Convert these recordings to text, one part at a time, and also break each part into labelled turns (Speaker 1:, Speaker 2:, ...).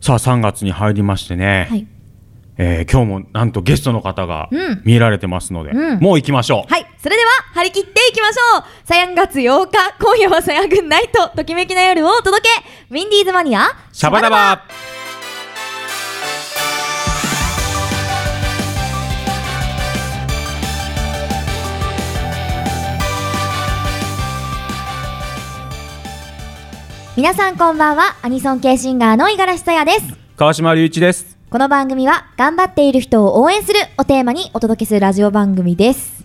Speaker 1: さあ3月に入りましてね、
Speaker 2: はい
Speaker 1: えー今日もなんとゲストの方が
Speaker 2: うん
Speaker 1: 見られてますので、
Speaker 2: うん
Speaker 1: もう行きましょう、
Speaker 2: はい、それでは張り切っていきましょう3月8日、今夜はさやぐんナイトときめきの夜をお届けウィンディーズマニア、
Speaker 1: シャバダバ
Speaker 2: 皆さんこんばんは、アニソン系シンガーの五十嵐さやです
Speaker 1: 川島隆一です
Speaker 2: この番組は頑張っている人を応援するをテーマにお届けするラジオ番組です。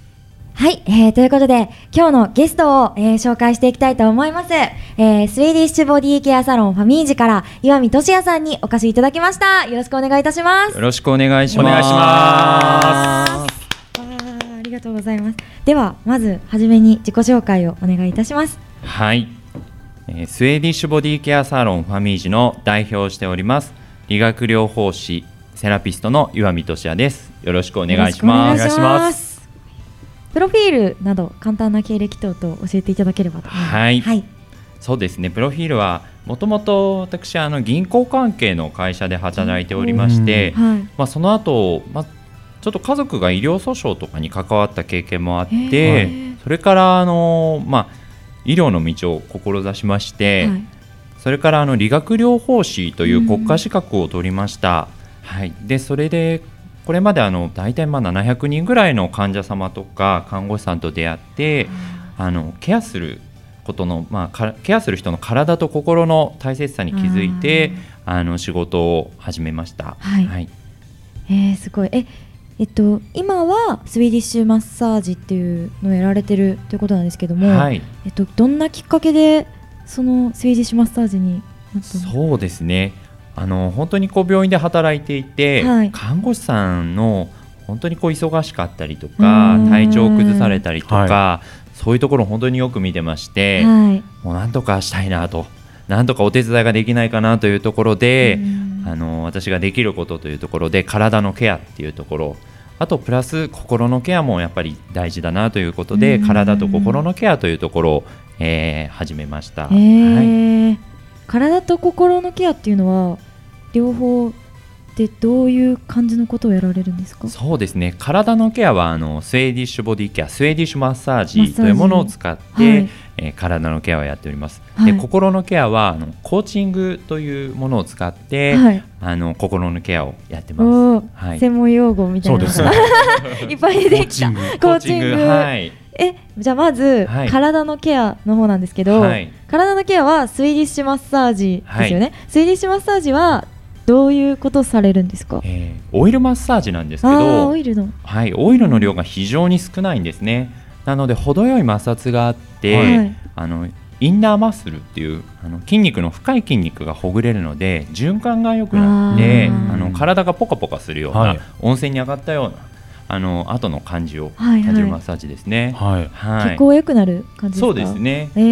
Speaker 2: はい、えー、ということで今日のゲストを、えー紹介していきたいと思います、えースウェーディッシュボディケアサロンファミージから岩見俊也さんにお越しいただきましたよろしくお願いいたします
Speaker 3: よろしくお願いします。
Speaker 1: お願いしま
Speaker 2: わーありがとうございますではまずはじめに自己紹介をお願いいたします
Speaker 3: はい、えースウェーディッシュボディケアサロンファミージの代表をしております。理学療法士セラピストの岩見俊也です。よろしくお願いし
Speaker 2: よ
Speaker 3: ま
Speaker 2: ろ
Speaker 3: す。
Speaker 2: くお願いしますプロフィールなど簡単な経歴等々教えていただければと思います
Speaker 3: はい
Speaker 2: はい、
Speaker 3: そうですね。プロフィールはもともと私あの銀行関係の会社で働いておりまして、
Speaker 2: はい
Speaker 3: まあその後まあちょっと家族が医療訴訟とかに関わった経験もあっ
Speaker 2: へ
Speaker 3: て、
Speaker 2: ー
Speaker 3: それからあのまあ医療の道を志しまして。
Speaker 2: はい
Speaker 3: それからあの理学療法士という国家資格を取りました。はい、でそれでこれまであの大体まあ700人ぐらいの患者様とか看護師さんと出会ってあのケアすることの、まあか、ケアする人の体と心の大切さに気づいてあの仕事を始めました。
Speaker 2: はいえー、すごいええっと今はスウェーディッシュマッサージっていうのをやられてるということなんですけども、
Speaker 3: はい
Speaker 2: えっとどんなきっかけでそのスウェーディッシュマッサージになったの
Speaker 3: そうですねあの本当にこう病院で働いていて、
Speaker 2: はい
Speaker 3: 看護師さんの本当にこう忙しかったりとか
Speaker 2: うん
Speaker 3: 体調を崩されたりとか、
Speaker 1: は
Speaker 3: そういうところ本当によく見てまして、
Speaker 2: はい
Speaker 3: もうなんとかしたいなとなんとかお手伝いができないかなというところで、
Speaker 2: うん
Speaker 3: あの私ができることというところで体のケアっていうところあとプラス心のケアもやっぱり大事だなということで、
Speaker 2: うん
Speaker 3: 体と心のケアというところを、えー始めました。
Speaker 2: え
Speaker 3: はい
Speaker 2: ー体と心のケアっていうのは両方でどういう感じのことをやられるんですか
Speaker 3: そうですね体のケアはあのスウェーディッシュボディケアスウェーディッシュマッサー
Speaker 2: マッサー
Speaker 3: ジ
Speaker 2: ジ
Speaker 3: というものを使って、
Speaker 2: はい
Speaker 3: えー体のケアをやっております、
Speaker 2: はい
Speaker 3: で心のケアはあのコーチングというものを使って、
Speaker 2: はい
Speaker 3: あの心のケアをやってます
Speaker 2: おー
Speaker 3: はい
Speaker 2: 専門用語みたいなの
Speaker 1: そう
Speaker 2: が いっぱい出てき
Speaker 1: コーチ
Speaker 2: た
Speaker 1: ング
Speaker 2: コーチング
Speaker 3: はい
Speaker 2: えじゃあまず、
Speaker 3: はい
Speaker 2: 体のケアの方なんですけど、
Speaker 3: はい
Speaker 2: 体のケアはスウェーディッシュマッサージですよね、スウェーディッシュマッサージはどういうことされるんですか
Speaker 3: えーオイルマッサージなんですけ
Speaker 2: あー
Speaker 3: ど
Speaker 2: オイルの、
Speaker 3: はい、オイルの量が非常に少ないんですねなので程よい摩擦があって、
Speaker 2: はい
Speaker 3: あのインナーマッスルっていうあの筋肉の深い筋肉がほぐれるので循環が良くなって
Speaker 2: あ
Speaker 1: ー
Speaker 3: あの体がポカポカするような、
Speaker 1: はい
Speaker 3: 温泉に上がったようなあの後の感じを
Speaker 2: はいはい
Speaker 3: 感じるマッサージですね。
Speaker 1: はい
Speaker 3: はい
Speaker 2: 血行が良くなる感じですか
Speaker 3: そうですね、
Speaker 2: え
Speaker 3: はい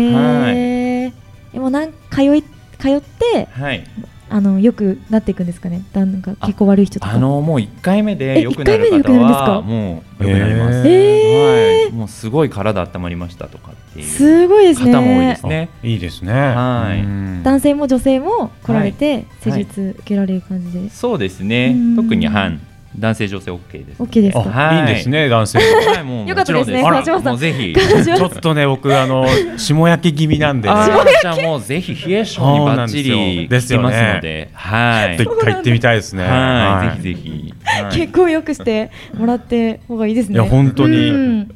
Speaker 2: ーでもなん通い通って
Speaker 3: はい、
Speaker 2: あのよくなっていくんですかねだんなんか結構悪い人とか
Speaker 3: あのもう1回目で良くなる
Speaker 2: え一
Speaker 3: 方
Speaker 2: 回目で良くなるんですか
Speaker 3: はもう良くなります、
Speaker 1: え
Speaker 2: えー
Speaker 3: はい、もうすごい体温まりましたとかっていう
Speaker 2: すごいですね
Speaker 3: 方も多いですね。
Speaker 1: あいいですね
Speaker 3: はい
Speaker 1: うん
Speaker 2: 男性も女性も来られて施
Speaker 3: はい
Speaker 2: 術受けられる感じで、
Speaker 3: そうですね
Speaker 2: うん。
Speaker 3: 特に半男性女性 OK です。
Speaker 2: OK ですか
Speaker 1: あいいです。ね男 性
Speaker 3: はい、もう
Speaker 2: よかったで
Speaker 3: もち
Speaker 2: す
Speaker 3: ろん
Speaker 2: ね
Speaker 3: あら
Speaker 2: 川島さん
Speaker 3: もうぜ ひ。
Speaker 1: ちょっとね僕あの下焼け気味なんでね
Speaker 3: あ
Speaker 1: ちょ
Speaker 3: ーじゃあもうぜひ冷え性にバッチリ
Speaker 1: です
Speaker 3: き
Speaker 1: よ
Speaker 3: ま
Speaker 1: ね
Speaker 3: すので、は
Speaker 1: っ
Speaker 3: い
Speaker 1: と。一回行ってみたいですね
Speaker 3: は、
Speaker 1: はい
Speaker 3: ぜひぜひ。はい
Speaker 2: 結構よく してもらって方がいいですね
Speaker 1: いや本当に
Speaker 2: うん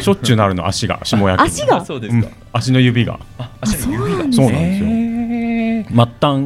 Speaker 1: しょっちゅうなるの足が下焼けに
Speaker 2: 足が
Speaker 3: そうで
Speaker 1: う
Speaker 3: すか
Speaker 1: ん。足の指が
Speaker 3: あ、
Speaker 2: あそうなんです
Speaker 1: そう
Speaker 2: ね
Speaker 1: なんですよ
Speaker 3: へー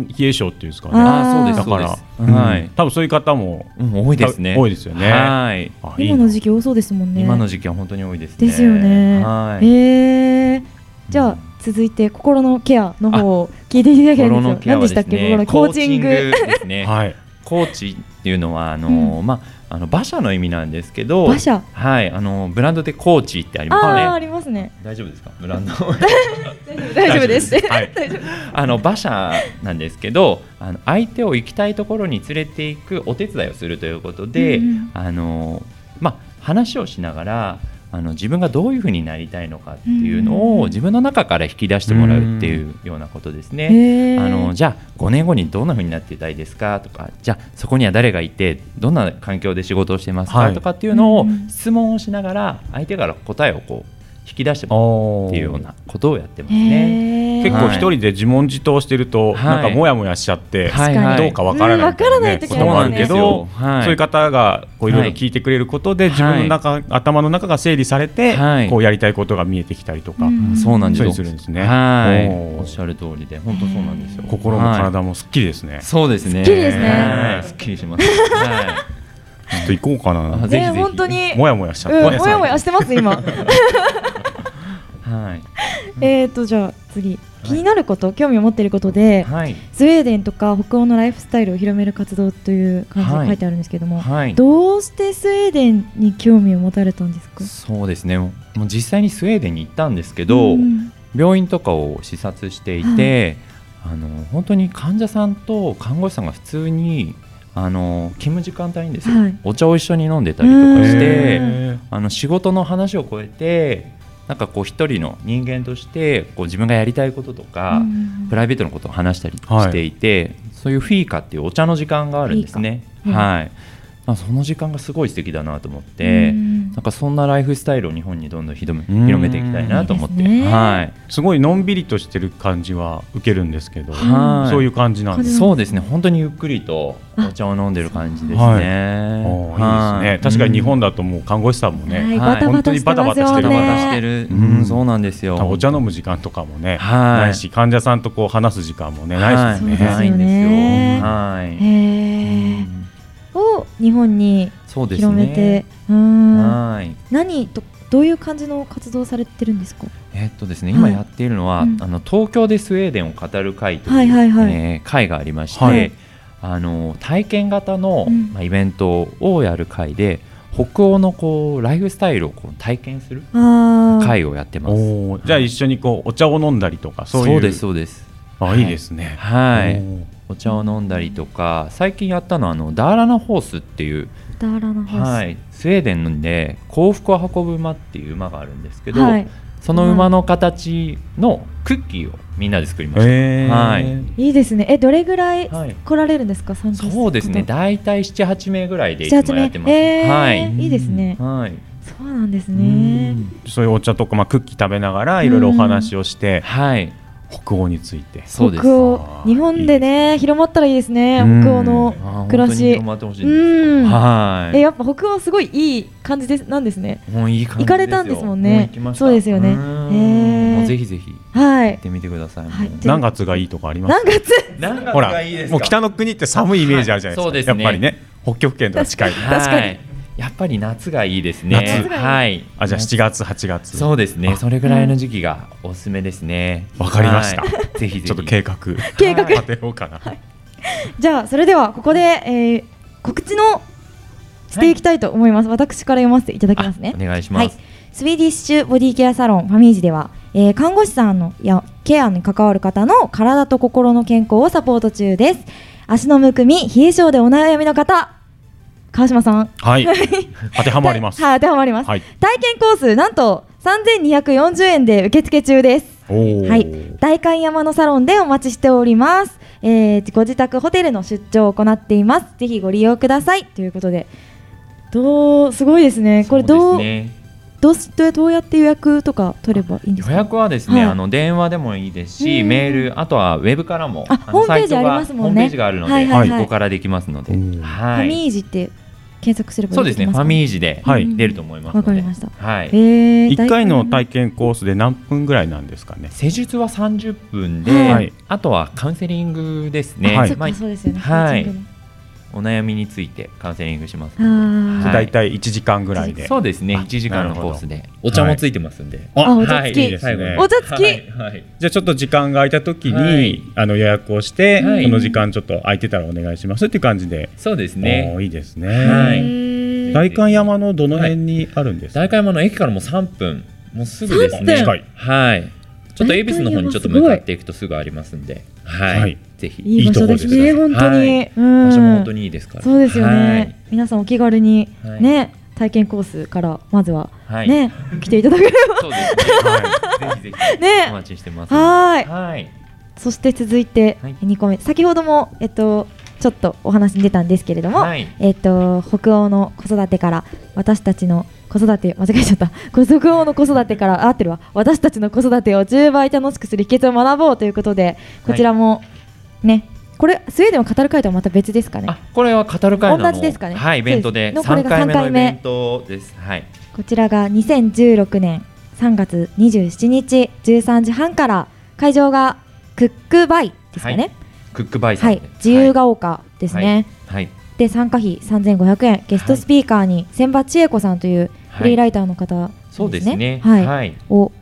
Speaker 1: 末端冷え性っていうんですかね
Speaker 3: あー、そうで
Speaker 1: だ
Speaker 3: す。そ
Speaker 1: か
Speaker 3: うで
Speaker 1: ら
Speaker 3: す、
Speaker 1: うん
Speaker 3: はい。
Speaker 1: 多分そういう方も
Speaker 3: うん多いですね。
Speaker 1: 多いですよね
Speaker 3: はい。
Speaker 1: あいい
Speaker 2: 今
Speaker 1: な
Speaker 2: の時期多そうですもんね
Speaker 3: 今の時期は本当に多いですね。
Speaker 2: ですよね
Speaker 3: はい。
Speaker 2: えー、じゃあ続いて心のケアの方を聞いていただける
Speaker 3: 心
Speaker 2: ん
Speaker 3: の
Speaker 2: です
Speaker 3: ケア
Speaker 2: よ何で
Speaker 3: はで
Speaker 2: したっ
Speaker 3: す
Speaker 2: け
Speaker 3: ね
Speaker 2: 心、のコーチング
Speaker 3: コーチングですね。
Speaker 1: はい
Speaker 3: コーチっていうのはあの、まあ、あの馬車の意味なんですけど
Speaker 2: 馬車あ
Speaker 3: はいあのブランドでコーチってあり
Speaker 2: あ
Speaker 3: ますよ
Speaker 2: ーあ
Speaker 3: ね
Speaker 2: りますね
Speaker 3: 大丈夫ですかブランド
Speaker 2: 大丈夫です
Speaker 1: 大丈夫ですはい
Speaker 2: 大丈夫
Speaker 3: あの馬車なんですけどあの相手を行きたいところに連れていくお手伝いをするということで、
Speaker 2: うんうん
Speaker 3: あのまあ話をしながらあの自分がどういうふうになりたいのかっていうのを自分の中から引き出してもらうっていうようなことですね。
Speaker 2: へー
Speaker 3: あのじゃあ5年後にどんなふうになっていたいですかとかじゃあそこには誰がいてどんな環境で仕事をしてますか、
Speaker 1: はい
Speaker 3: とかっていうの
Speaker 2: う
Speaker 3: を
Speaker 2: ん
Speaker 3: 質問をしながら相手から答えをこう引き出してもらう
Speaker 1: お
Speaker 3: っていうよう
Speaker 1: ー
Speaker 3: なことをやってますね。
Speaker 2: へー
Speaker 1: 結構一人で自問自答してると、
Speaker 3: はい
Speaker 1: なんかモヤモヤしちゃって、
Speaker 3: は
Speaker 2: 確
Speaker 3: い
Speaker 2: か
Speaker 1: どうかわからないみたいなね、
Speaker 2: うんわからない時
Speaker 1: こ
Speaker 2: あ
Speaker 1: と
Speaker 2: り
Speaker 1: も
Speaker 2: ま
Speaker 1: あ
Speaker 2: す
Speaker 1: る
Speaker 2: ね
Speaker 1: けど、
Speaker 3: はい
Speaker 1: そういう方がこういろいろ聞いてくれることで、
Speaker 3: はい
Speaker 1: 自分の中頭の中が整理されて、
Speaker 3: はい
Speaker 1: こうやりたいことが見えてきたりとか、
Speaker 2: うん
Speaker 3: そうなんです
Speaker 1: そう
Speaker 3: よ。
Speaker 1: するんですね。
Speaker 3: はい。
Speaker 1: お
Speaker 3: おっしゃる通りで、本当そうなんですよ。
Speaker 1: 心も
Speaker 3: はい
Speaker 1: 体もすっきりですね。
Speaker 3: そうです
Speaker 2: すっ
Speaker 3: ね。
Speaker 2: きりですね
Speaker 3: はいすっきりします。は
Speaker 1: ちょっと行こうかな
Speaker 3: あ。ぜひぜ
Speaker 2: ね
Speaker 3: ひ
Speaker 2: 本当に
Speaker 1: モヤモヤしちゃっ
Speaker 2: う
Speaker 1: た。
Speaker 2: んもやもやしてます 今
Speaker 3: い。はい。
Speaker 2: えっとじゃあ次気になること興味を持っていることで
Speaker 3: はい。
Speaker 2: スウェーデンとか北欧のライフスタイルを広める活動という感じで書いてあるんですけども、
Speaker 3: はい。
Speaker 2: どうしてスウェーデンに興味を持たれたんですか
Speaker 3: そうですね。もう実際にスウェーデンに行ったんですけど、
Speaker 2: ん
Speaker 3: 病院とかを視察していて、あの本当に患者さんと看護師さんが普通にあの勤務時間帯にですよ、
Speaker 2: はい
Speaker 3: お茶を一緒に飲んでたりとかし
Speaker 2: へ
Speaker 3: て
Speaker 2: ー。
Speaker 3: あの仕事の話を超えてなんかこう一人の人間としてこう自分がやりたいこととか、
Speaker 2: うん
Speaker 3: プライベートのことを話したり
Speaker 1: はい
Speaker 3: していて、そういうフィーカっていうお茶の時間があるんですね。
Speaker 2: フィーカ
Speaker 3: はい、まあその時間がすごい素敵だなと思って、
Speaker 2: うん
Speaker 3: なんかそんなライフスタイルを日本にどんどん広め
Speaker 1: うん
Speaker 3: 広めていきたいなと思って、
Speaker 2: いいですね
Speaker 3: はい、
Speaker 1: すごいのんびりとしてる感じは受けるんですけど、
Speaker 3: はい
Speaker 1: そういう感じなんです。
Speaker 3: そうですね本当にゆっくりとお茶を飲んでる感じですね。
Speaker 1: はいおーい
Speaker 3: はい
Speaker 1: ですね。確かに日本
Speaker 3: だ
Speaker 1: だともう看護師さんも
Speaker 2: は
Speaker 1: ね、
Speaker 2: い
Speaker 3: はい
Speaker 2: バタバタしてますよ
Speaker 1: 本当にバタバタしてる
Speaker 3: バタし
Speaker 2: ね
Speaker 3: てる、
Speaker 1: う
Speaker 3: うんん、そうなんですよ。
Speaker 1: お茶飲む時間とかもね、
Speaker 3: はい
Speaker 1: ないし、患者さんとこう話す時間もね、な
Speaker 3: はいい
Speaker 1: しです
Speaker 2: そうです
Speaker 1: ね。
Speaker 2: よね
Speaker 3: ないんですよ。はい。
Speaker 2: へー
Speaker 3: うん
Speaker 2: を日本に
Speaker 3: そうです
Speaker 2: 広
Speaker 3: ね。
Speaker 2: めてうん
Speaker 3: はい。
Speaker 2: 何とどういう感じの活動をされてるんですか
Speaker 3: えっとですね、
Speaker 2: はい
Speaker 3: 今やっているのは、
Speaker 2: うん
Speaker 3: あの東京でスウェーデンを語る会という、
Speaker 2: はいはいはい
Speaker 3: えー会がありまして、
Speaker 1: はい
Speaker 3: あの体験型の、
Speaker 2: うん
Speaker 3: まあ、イベントをやる会で北欧のこうライフスタイルをこう体験する
Speaker 2: あー
Speaker 3: 会をやってます。
Speaker 1: おーじゃあ一緒にこうお茶を飲んだりとかそういう。
Speaker 3: ですそうです。
Speaker 1: あいいですね。
Speaker 3: はい。
Speaker 1: おー
Speaker 3: お茶を飲んだりとか、最近やったのはあのダーラナホースっていう
Speaker 2: ダーラナハウス
Speaker 3: はい、スウェーデンで幸福を運ぶ馬っていう馬があるんですけど、
Speaker 2: はい
Speaker 3: その馬の形のクッキーをみんなで作りました、
Speaker 1: へー
Speaker 3: はい
Speaker 2: いいですねえどれぐらい
Speaker 3: はい
Speaker 2: 来られるんですか参加する
Speaker 3: そうですね大体78名ぐらいでいつもやってます、
Speaker 2: えー
Speaker 3: はい、
Speaker 2: いいですね
Speaker 3: はい
Speaker 2: そうなんですね
Speaker 1: そういうお茶とかまあクッキー食べながらいろいろお話をして
Speaker 3: はい、
Speaker 1: 北欧について。
Speaker 3: そうです
Speaker 2: 北欧
Speaker 1: あー
Speaker 2: 日本でね広まったらいいですね
Speaker 1: うん
Speaker 2: 北欧の
Speaker 3: あー本当
Speaker 2: 暮ら
Speaker 3: に
Speaker 2: し
Speaker 3: 頑張ってほしいです、
Speaker 2: うん
Speaker 3: はい
Speaker 2: えやっぱ北欧すごいいい感じですなんですね
Speaker 3: もういい感じ
Speaker 2: 行かれたんですもんね
Speaker 3: う行きました
Speaker 2: そうですよね
Speaker 3: うーん
Speaker 2: へー
Speaker 3: もうぜひぜひ行
Speaker 2: はい
Speaker 3: ってみてください、
Speaker 2: はい
Speaker 3: もう
Speaker 2: で
Speaker 1: 何月がいいとかあります
Speaker 2: 何月
Speaker 3: 何
Speaker 1: ほ
Speaker 3: 月
Speaker 1: ら
Speaker 3: がいいですか
Speaker 1: もう北の国って寒いイメージあるじゃないですか。
Speaker 3: はいそうですね
Speaker 1: やっぱりね北極圏とか近い。
Speaker 2: 確かに
Speaker 3: はいやっぱり夏がいいですね
Speaker 1: 夏
Speaker 2: がいい
Speaker 3: はい
Speaker 1: あじゃあ7月8月。
Speaker 3: そうです
Speaker 1: あ
Speaker 3: ね。それぐらいの時期がおすすめですね。
Speaker 1: わかりました
Speaker 3: はいぜひぜひ。
Speaker 1: ちょっと計画
Speaker 2: 計画
Speaker 1: 立てようかな。
Speaker 2: じゃあそれではここで、えー告知のしていきたいと思います、私から読ませていただきますね
Speaker 3: あお願いします。
Speaker 2: はい、スウェーディッシュボディケアサロンファミージでは、えー看護師さんのやケアに関わる方の体と心の健康をサポート中です足のむくみ冷え性でお悩みの方川島さん
Speaker 1: はい。当てはまります。
Speaker 2: はい当てはまります、
Speaker 1: はい
Speaker 2: 体験コースなんと3240円で受付中です
Speaker 1: おー
Speaker 2: はい、代官山のサロンでお待ちしております。えー、ご自宅ホテルの出張を行っています。ぜひご利用くださいということで、どうすごいですね。これどう
Speaker 3: そうですね
Speaker 2: どうしどうどうやって予約とか取ればいいんですか。
Speaker 3: 予約はですね、
Speaker 2: はい
Speaker 3: あの電話でもいいです
Speaker 2: う
Speaker 3: し、
Speaker 2: ん
Speaker 3: メール、あとはウェブからも、
Speaker 2: あ
Speaker 3: の
Speaker 2: ホームページ
Speaker 3: サイトが
Speaker 2: ありますもんね
Speaker 3: ホームページがあるので、
Speaker 2: はいはい
Speaker 1: はい
Speaker 3: ここからできますので
Speaker 1: うん、
Speaker 2: フ
Speaker 3: は
Speaker 2: ァ
Speaker 3: い。
Speaker 2: ミージって検索すればいい
Speaker 3: そうですね。ファミージで
Speaker 1: はい
Speaker 3: 出ると思います
Speaker 2: わ
Speaker 3: の
Speaker 2: かり
Speaker 3: で
Speaker 2: ました。
Speaker 3: は
Speaker 2: え
Speaker 3: い。
Speaker 2: ー
Speaker 1: 一回の
Speaker 2: 大
Speaker 1: 体験コースで何分ぐらいなんですかね。
Speaker 3: 施術は30分
Speaker 1: は
Speaker 3: で
Speaker 1: い、
Speaker 3: あとはカウンセリングですね。
Speaker 1: は
Speaker 2: はいい。そっ
Speaker 3: まあ
Speaker 2: かそうですよね。
Speaker 3: は
Speaker 2: コー
Speaker 3: い
Speaker 2: チングの
Speaker 3: お悩みについてカウンセリングします。
Speaker 2: あ
Speaker 3: はい
Speaker 1: だいたい1時間ぐらいで。
Speaker 3: そうですね。
Speaker 1: あ
Speaker 3: 1時間のコースで。お
Speaker 1: 茶
Speaker 3: 茶
Speaker 1: も
Speaker 3: も
Speaker 1: つ
Speaker 3: ついてますんで。
Speaker 2: あお茶付き
Speaker 3: はいいいですね
Speaker 2: お茶付き
Speaker 3: はいはい
Speaker 1: じゃあちょっと時間が空いた時に、
Speaker 3: はい
Speaker 1: あの予約をして、
Speaker 3: はい
Speaker 1: この時間ちょっと空いてたらお願いしますっていう感じで、
Speaker 3: そうです
Speaker 1: お
Speaker 3: ね。
Speaker 1: ーいいですね、
Speaker 3: は
Speaker 2: ー
Speaker 3: い
Speaker 2: へー
Speaker 1: 代官山のどの辺にあるんですか、
Speaker 3: 大会山の駅からも3分、もうすぐですね。
Speaker 2: 3
Speaker 1: 分
Speaker 3: はい。ちょっと恵比寿の方にちょっと向かっていくとすぐありますんで、
Speaker 1: は
Speaker 3: はいい。ぜひ。
Speaker 2: いい場所です
Speaker 1: い
Speaker 2: ね。
Speaker 1: いと
Speaker 3: こ
Speaker 2: 本
Speaker 3: です
Speaker 2: 当に。うん
Speaker 3: 場所も本当にいいですから。
Speaker 2: そうですよね、
Speaker 3: はい。
Speaker 2: 皆さんお気軽に、
Speaker 3: はい
Speaker 2: ね体験コースからまずは
Speaker 3: はい、
Speaker 2: ね、来ていただけれ
Speaker 3: そうですね。はい、ぜひぜ ひ、
Speaker 2: ね
Speaker 3: お待ちしてます。
Speaker 2: ばはーい
Speaker 3: はい、
Speaker 2: そして続いて
Speaker 3: はい
Speaker 2: 2個目、先ほども、えっと、ちょっとお話に出たんですけれども、
Speaker 3: はい
Speaker 2: えっと、北欧の子育てから私たちの子育て間違えちゃった 北欧の子育てからあ合ってるわ私たちの子育てを10倍楽しくする秘訣を学ぼうということでこちらも、ねこれスウェーデンを語る会とはまた別ですかね
Speaker 3: あ、これは語る会なの。
Speaker 2: 同じですかね
Speaker 3: はい、イベントで
Speaker 2: そうですのこれ
Speaker 3: 三
Speaker 2: が三
Speaker 3: 回目の
Speaker 2: 回
Speaker 3: イ
Speaker 2: 目
Speaker 3: ベントです。はい、
Speaker 2: こちらが2016年3月27日13時半から会場がクックバイですかね
Speaker 3: クックバイさ
Speaker 2: は
Speaker 3: ん
Speaker 2: い、
Speaker 3: で。
Speaker 2: 自由が丘ですね、
Speaker 3: はい。
Speaker 2: で参加費3500円ゲストスピーカーに千葉千恵子さんというフリーライターの方
Speaker 3: そうで
Speaker 2: ですす
Speaker 3: ね。
Speaker 2: ね
Speaker 3: は。
Speaker 2: はいい
Speaker 3: はい。
Speaker 2: をお